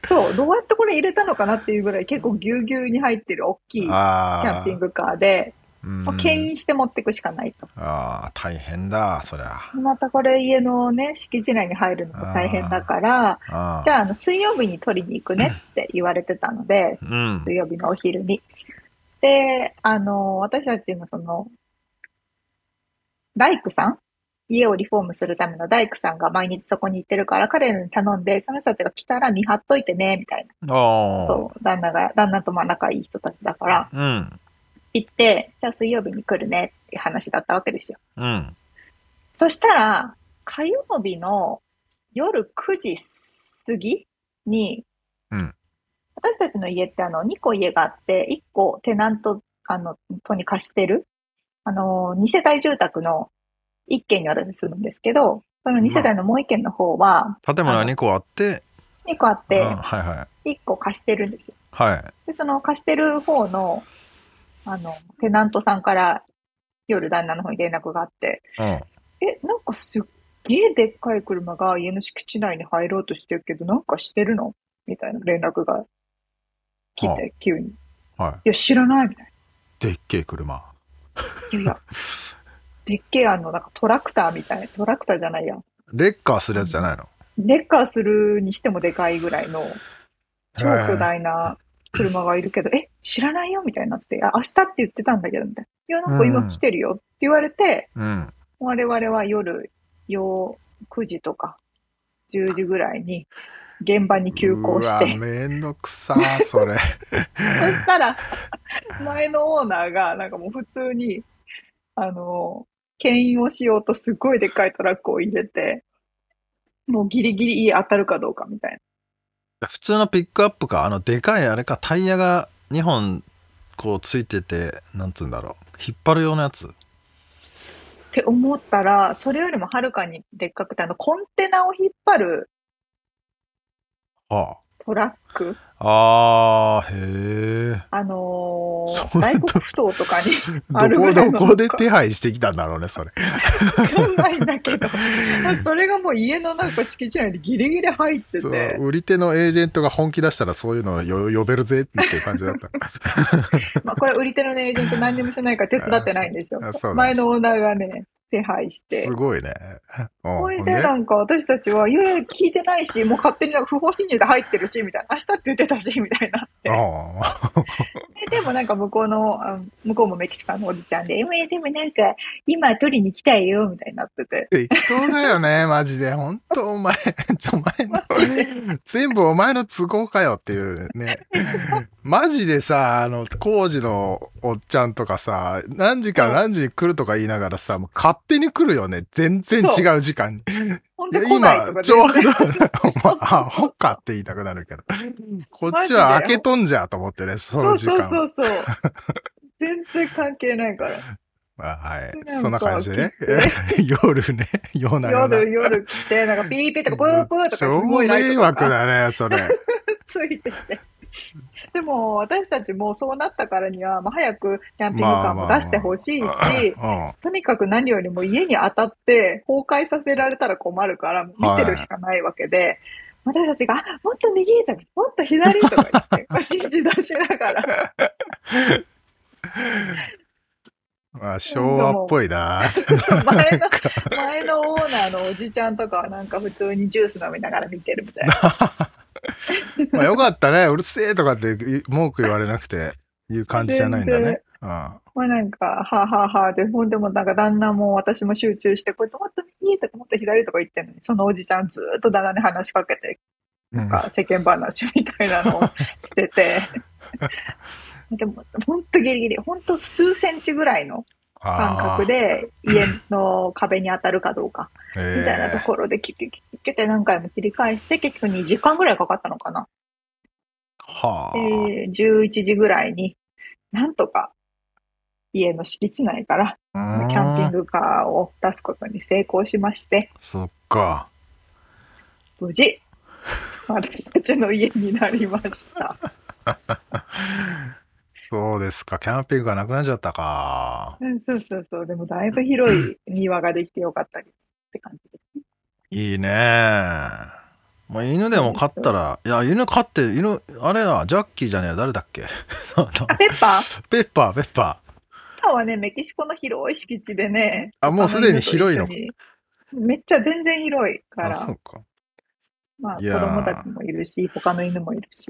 そう、どうやってこれ入れたのかなっていうぐらい結構ぎゅうぎゅうに入ってる大きいキ
ああ
ャンピングカーで、もう牽
うん
引して持っていくしかないと。
ああ大変だそりゃ
またこれ家のね、敷地内に入るのが大変だから、
あ
じ
あ
ゃああの水曜日に取りに行くねって言われてたので、
うん
水曜日のお昼に。で、あの、私たちのその、大工さん家をリフォームするための大工さんが毎日そこに行ってるから、彼らに頼んで、その人たちが来たら見張っといてね、みたいな。
ああ
そう、旦那が、旦那とまあ仲いい人たちだから、
うん
行って、じゃあ水曜日に来るねって話だったわけですよ。
うん
そしたら、火曜日の夜9時過ぎに、
うん
私たちの家ってあの、2個家があって、1個テナント、あの、とに貸してる、あの、2世帯住宅の1軒に私住むんですけど、その2世帯のもう1軒の方は、
建物が2個あって
2個あっ
う
て
ん、はいはい
1個貸してるんですよ。
はい
で、その貸してる方の、あの、テナントさんから夜旦那の方に連絡があって、
うん
え、なんかすっげえでっかい車が家の敷地内に入ろうとしてるけど、なんかしてるのみたいな連絡が来
は
て、急に。い
あはい
や、知らないみたい
でっけえ車
な。いやいや、でっけえあの、なんかトラクターみたいな、トラクターじゃないや。
レッカーするやつじゃないの
レッカーするにしてもでかいぐらいの超巨大な車がいるけど、え、知らないよみたいになって、あ、明日って言ってたんだけど、みたいな。いや、なんか
うん
今来てるよって言われて、
うん
我々は夜、よ9時とか10時ぐらいに現場に急行し
うわ
て、
めんどくさそ
(laughs) そ
れ
したら、前のオーナーが、なんかもう普通に、あの、牽引をしようとすごいでっかいトラックを入れて、もうギリギリ家当たるかどうかみたいな。
普通のピックアップかあのでかいあれかタイヤが2本こうついててなんつうんだろう引っ張るようなやつ
って思ったら、それよりもはるかにでっかくて、あの、コンテナを引っ張る
あ
トラック、
ああーへえ
あのー
そう
外国不当とかにあるぐ
どこ
らい
ど
の
こで手配してきたんだろうね
(laughs)
それ
わかんないんだけど、
(laughs)
それがもう家のなんか敷地内にギリギリ入って
そう
て、
売り手のエージェントが本気出したらそういうのをよ呼べるぜっていう感じだった
(laughs) まあこれ売り手のねエージェント何にもしてないから手伝ってないんですよ
(laughs) あそう。なん
前
です
のオーナーがね、手配して
す。ごいねうん
それ
ほん
で
で
なんか私たちは、いやいや聞いてないし、もう勝手になんか不法侵入で入ってるし、みたいな。明日って言ってたし、みたいなって。
あ
えでもなんか向こうの、あ向こうもメキシカンのおじちゃんで、えーでもなんか今取りに来たいよみたいになってて、
ー適当だよねマジで本当お前ちょお前の全部お前の都合かよっていうねマジでさあの工事のおっちゃんとかさ何時から何時に来るとか言いながらさもう勝手に来るよね全然違う時間に
ほん
いや
で来ないと
今
か
ちょうど
全 (laughs) 然
お前アホかって言いたくなるけどこっちは開けとんじゃと思ってねそ
そ
の
う
時
そう
間を
そうそう。全然関係ないから。
まあはい
なん。か
そんな感じでね。夜ね。夜な夜
夜、夜来て、なんかピーピーと
な。
かブーブーとかす
超
ごいライ
迷
トと
惑
か
だね、それ。
ついてて。でも私たちもそうなったからには、まあ、早くキャンピングカーも出してほしいし、
うん。
とにかく何よりも家に当たって崩壊させられたら困るから、見てるしかないわけで、私たちが、あもっと右とか、もっと左とか言って、お
(laughs)
指示出しながら、
まあ、昭和っぽいな。
前の、前のオーナーのおじちゃんとかはなんか普通にジュース飲みながら見てるみたいな。
まあ、よかったね。うるせえとかって文句言われなくて、いう感じじゃないんだね。うん。
まあなんか、はあ、はあはあで、ほんでもなんか旦那も私も集中して、これもっと右とかもっと左とか言ってんのに、そのおじちゃんず (laughs) ーっと旦那に話しかけて、
うん
なんか世間話みたいなのをしてて、でも、ほんとギリギリ、ほんと数センチぐらいの間
あ
隔で家の壁に当たるかどうか、
ー
みたいなと
え
ころでキュキュキュキュキュって何回も切り返して、結局2時間ぐらいかかったのかな。
ーはあ、
で、11時ぐらいに、なんとか家の敷地内から
う
キ
ーん
ャンピングカーを出すことに成功しまして、
そっか
無
(laughs)
事、私たちの家になりました。
そうですかキャンピングがなくなっちゃったか
うんそうそうそう。でもだいぶ広い庭ができてよかったりって感じです。
いいねもう犬でも飼ったらいや犬飼って犬あれやジャッキーじゃねえ誰だっけ (laughs) あの
あ、ペッパー
ペッパー
ペ
ペッパー
ッパーはね、メキシコの広い敷地でね、
あもうすでに広いの
他犬と一緒にめっちゃ全然広いか
あそ
ら、
うか
まあ子
いやー
供たちもいるし、他の犬もいるし。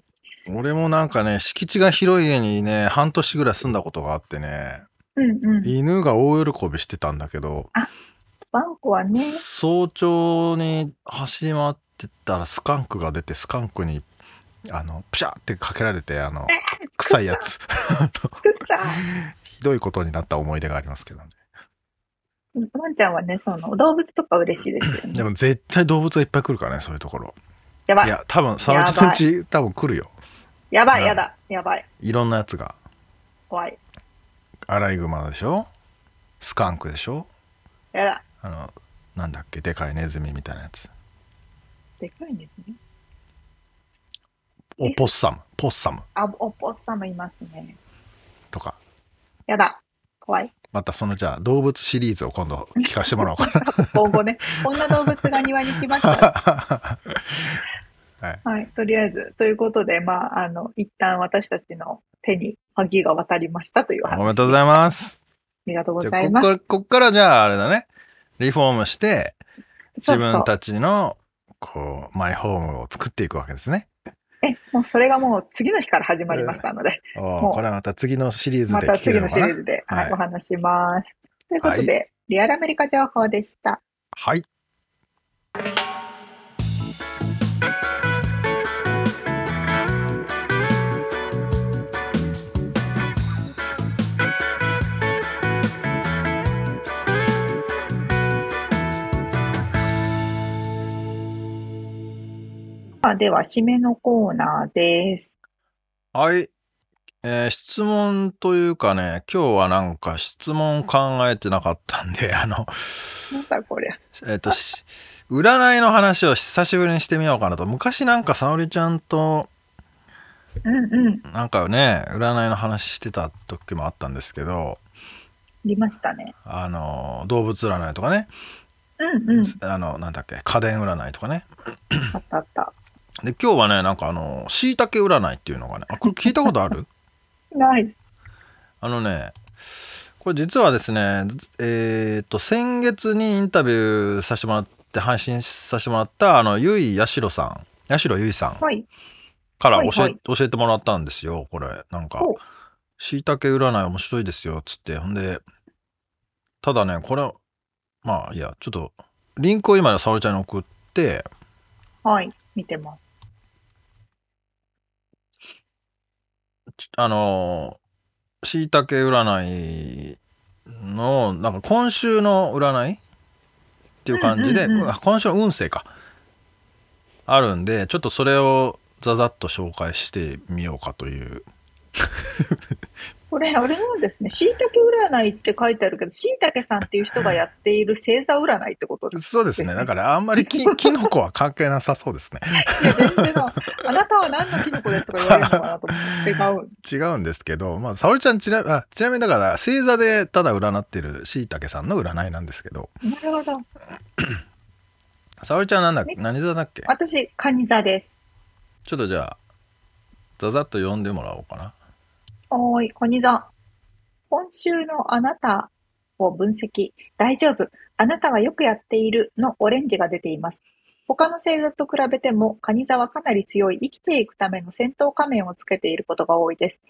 俺もなんかね敷地が広い家にね半年ぐらい住んだことがあってね
うんうん。
犬が大喜びしてたんだけど
ワンコはね、
早朝に走り回ってたらスカンクが出てスカンクにあのプシャーってかけられてあの臭いやつあの
くっさ
ひどいことになった思い出がありますけどね
ーワンちゃんはね、その、動物とか嬉しいですよね。
でも絶対動物がいっぱい来るからねそういうところ
やば
い
い、
や多分そのうちのうち多分来るよ
やば
う
い、
ん
やだ、やばい、
いろんなやつが
怖い、
アライグマでしょスカンクでしょ
やだ。
あのなんだっけでかいネズミみたいなやつ
でかいんですね。
お
え
ポッサムポッサム
あ、おポッサムいますね。
とか
やだ、怖い。
またそのじゃあ動物シリーズを今度聞かせてもらおうかな
今
(laughs)
後ね、こんな動物が庭に来ました。 (laughs) はい、とりあえず、ということで、まあ、あの、一旦私たちの手に鍵が渡りましたという話。
おめでとうございます。
ありがとうご
じゃ
ざ
あ
い
こ
ま
っ
す。
から、こっからじゃああれだね。リフォームして、
そ
自
う
分
そう。
たちの、こう、マイホームを作っていくわけですね。
え、もうそれがもう次の日から始まりましたので、
おー
もう
これはまた次のシリーズ
ま
で
た
聞け
次
る
の
の
シ
か
リ
な。
ーズで、はい
はい
お話します。ということで、リアルアメリカ情報でした。
はい。
まあ、では、締めのコーナーです。
はい。えー質問というかね、今日はなんか質問考えてなかったんで、あの、
なんだこれ。
えっ、と、し占いの話を久しぶりにしてみようかなと。昔なんか沙織ちゃんと
うんうん。
なんかね、占いの話してた時もあったんですけど、
ありましたね。
あの動物占いとかね、
うんう
(laughs)
ん。
あのなんだっけ家電占いとかね
あったあった。
で今日はねなんかあのしいたけ占いっていうのがねあこれ聞いたこと
(laughs)
ある
ない。
あのねこれ実はですねえっと先月にインタビューさせてもらって配信させてもらったあのゆいやしろさんやしろゆいさん
はい。
から
はい
教え,、
はい
教えてもらったんですよこれなんか
ほう
「しいたけ占い面白いですよ」っつってほんでただねこれまあいいやちょっとリンクを今の沙織ちゃんに送って
はい。見てます。
ちあのー、しいたけ占いの、なんか今週の占いっていう感じで、
うんうんうん
あ今週の運勢か。あるんで、ちょっとそれをざざっと紹介してみようかという。
これ、あれなんですね。椎茸占いって書いてあるけど、椎茸さんっていう人がやっている星座占いってことです。
そうですね。だからあんまりき、 (laughs) キノコは関係なさそうですね。
いや、全然な、あなたは何のキノコですとか言われるのかなと思って、
違うんですけど、まあ、沙織ちゃんちな、あちなみにだから、星座でただ占ってるしいたけさんの占いなんですけど、
違う。なるほど。
沙織ちゃんなんだっけ何座だっけ
私、カニ座です。
ちょっとじゃあ、ざざっと読んでもらおうかな。
おーい、カニ座。今週のあなたを分析。大丈夫。あなたはよくやっているのオレンジが出ています。他の星座と比べても、カニ座はかなり強い生きていくための戦闘仮面をつけていることが多いです。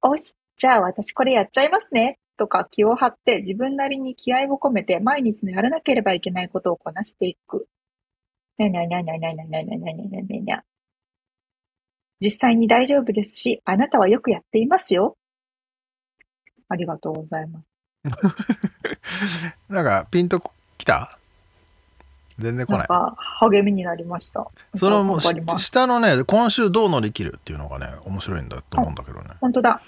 おし、じゃあ私これやっちゃいますね。とか気を張って自分なりに気合を込めて毎日のやらなければいけないことをこなしていく。にゃにゃにゃにゃにゃにゃにゃにゃにゃにゃにゃにゃにゃにゃ。実際に大丈夫ですし、あなたはよくやっていますよ。ありがとうございます。
なんかピンときた全然来
な
なんい
か励みになりました。
そのもう
頑張ります
し下のね今週どう乗り切るっていうのがね面白いんだと思うんだけどね
本当だ。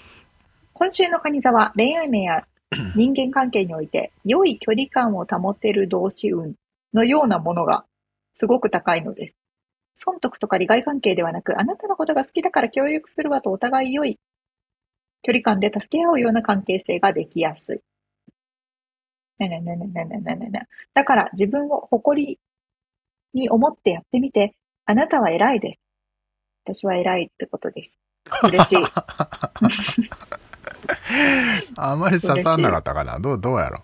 今週のカニ座は恋愛面や人間関係において良い距離感を保てる同士運のようなものがすごく高いのです。損得とか利害関係ではなく、あなたのことが好きだから協力するわとお互い良い距離感で助け合うような関係性ができやすい。ねえねえねえねえねえねえねえねえ。だから自分を誇りに思ってやってみて、あなたは偉いです。私は偉いってことです。嬉しい。
あんまり刺さんなかったかなどうどうやろ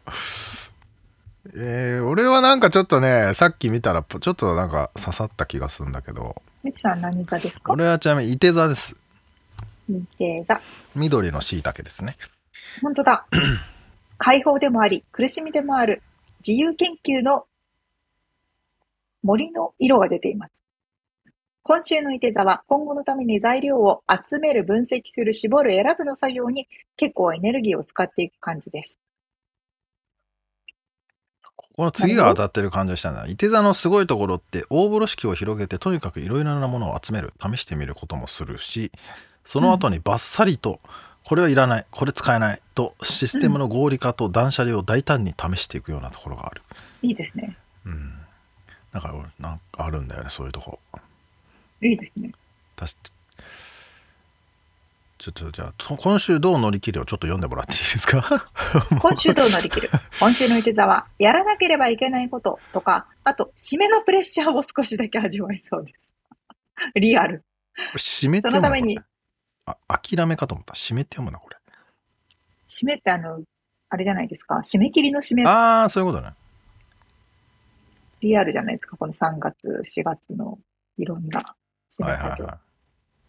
えー、俺はなんかちょっとねさっき見たらぽちょっとなんか刺さった気がするんだけど
みちさん何座ですか
俺はちなみにいて座です
認定座。
緑のしいたけですね
本当だ。解放でもあり、苦しみでもある、自由研究の森の色が出ています。今週のいて座は、今後のために材料を集める、分析する、絞る、選ぶの作業に結構エネルギーを使っていく感じです。
ここの次が当たってる感じがしたんだいて座のすごいところって大風呂敷を広げてとにかくいろいろなものを集める試してみることもするしその後にバッサリと、これはいらないこれ使えないとシステムの合理化と断捨離を大胆に試していくようなところがある
いいですね。
うんだから俺なんかあるんだよねそういうとこ
いいですね。
確かちょっとじゃあと今週どう乗り切るをちょっと読んでもらっていいで
(laughs)
すか
今週どう乗り切る今週のいて座は、やらなければいけないこととか、あと、締めのプレッシャーを少しだけ味わいそうです。リアル。
締めって
その
読む
た
の
めに
これあ諦めかと思った締めって読むのこれ
締めってあの、あれじゃないですか。締め切りの締め、
ああそういうことね
リアルじゃないですか。この3月、4月のいろんな締
は
め
いは
作業。
いは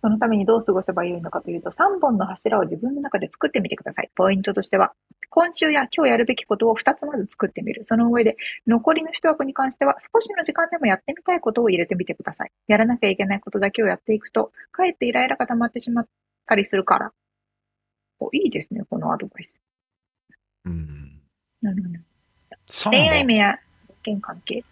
そのためにどう過ごせばよいのかというと、3本の柱を自分の中で作ってみてください。ポイントとしては、今週や今日やるべきことを2つまず作ってみる。その上で、残りの1枠に関しては、少しの時間でもやってみたいことを入れてみてください。やらなきゃいけないことだけをやっていくと、かえってイライラが溜まってしまったりするから。お、いいですね、このアドバイス。
い、うん、
なるほど。
三
恋愛
本
面や人間関係。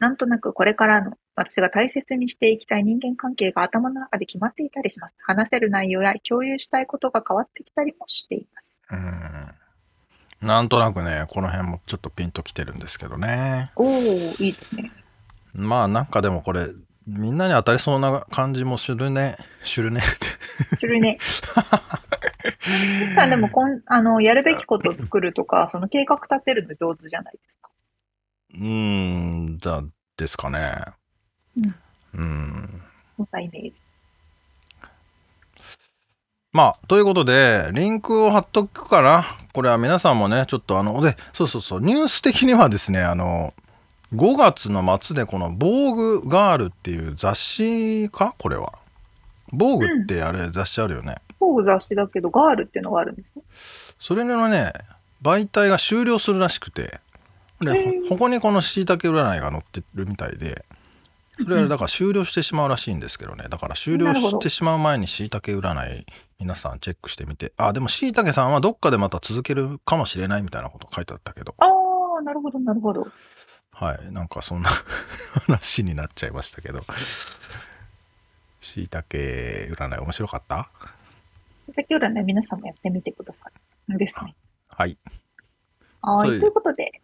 なんとなくこれからの私が大切にしていきたい人間関係が頭の中で決まっていたりします。話せる内容や共有したいことが変わってきたりもしています。
うんなんとなくねこの辺もちょっとピンときてるんですけどね
おお、いいですね。
まあなんかでもこれみんなに当たりそうな感じもするねするね
それね。さんでもこんあの、やるべきことを作るとか、その計画立てるの上手じゃないですか。
うーん、だですかね。
うん
うん。
そんなイメージ。
まあ、ということで、リンクを貼っとくかな。これは皆さんもね、ちょっとあの、で、そうそうそう、ニュース的にはですね、あの、5月の末でこの「防具ガール」っていう雑誌かこれは。防具ってあれ雑誌あるよね。
フォー雑誌だけど、ガールっていうのがあるんですね。
それのね、媒体が終了するらしくて、で
へえ
ここにこの椎茸占いが載ってるみたいで、それはだから終了してしまうらしいんですけどね、だから終了
なるほ
し
ど
てしまう前に椎茸占い、皆さんチェックしてみて、あ、でも椎茸さんはどっかでまた続けるかもしれないみたいなこと書いてあったけど、
ああ、なるほど、なるほど。
はい、なんかそんな (laughs) 話になっちゃいましたけど、椎茸占い面白かった
先ほどね、皆さんもやってみてください。ですね。
はい。
は
そう
い。
いう
ということで、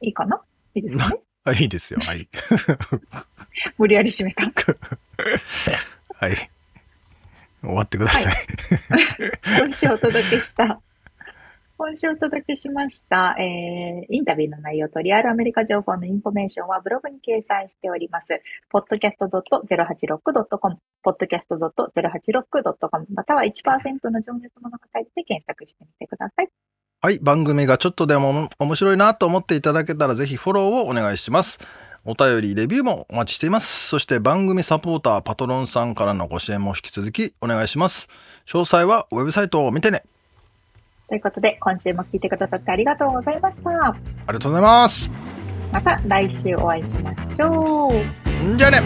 いいかないいですかね
あいいですよ。はい。
無理やり締
(laughs)
めた。
はい。終わってください。
今週お届けした。今週お届けしました、えー、インタビューの内容とリアルアメリカ情報のインフォメーションはブログに掲載しております。podcast.086.com、podcast.086.com、または1%の情熱物語で検索してみてください。
はい、番組がちょっとでも面白いなと思っていただけたらぜひフォローをお願いします。お便り、レビューもお待ちしています。そして番組サポーター、パトロンさんからのご支援も引き続きお願いします。詳細はウェブサイトを見てね。
ということで、今週も聞いてくださってありがとうございました。
ありがとうございます。
また来週お会いしましょう。
じゃあね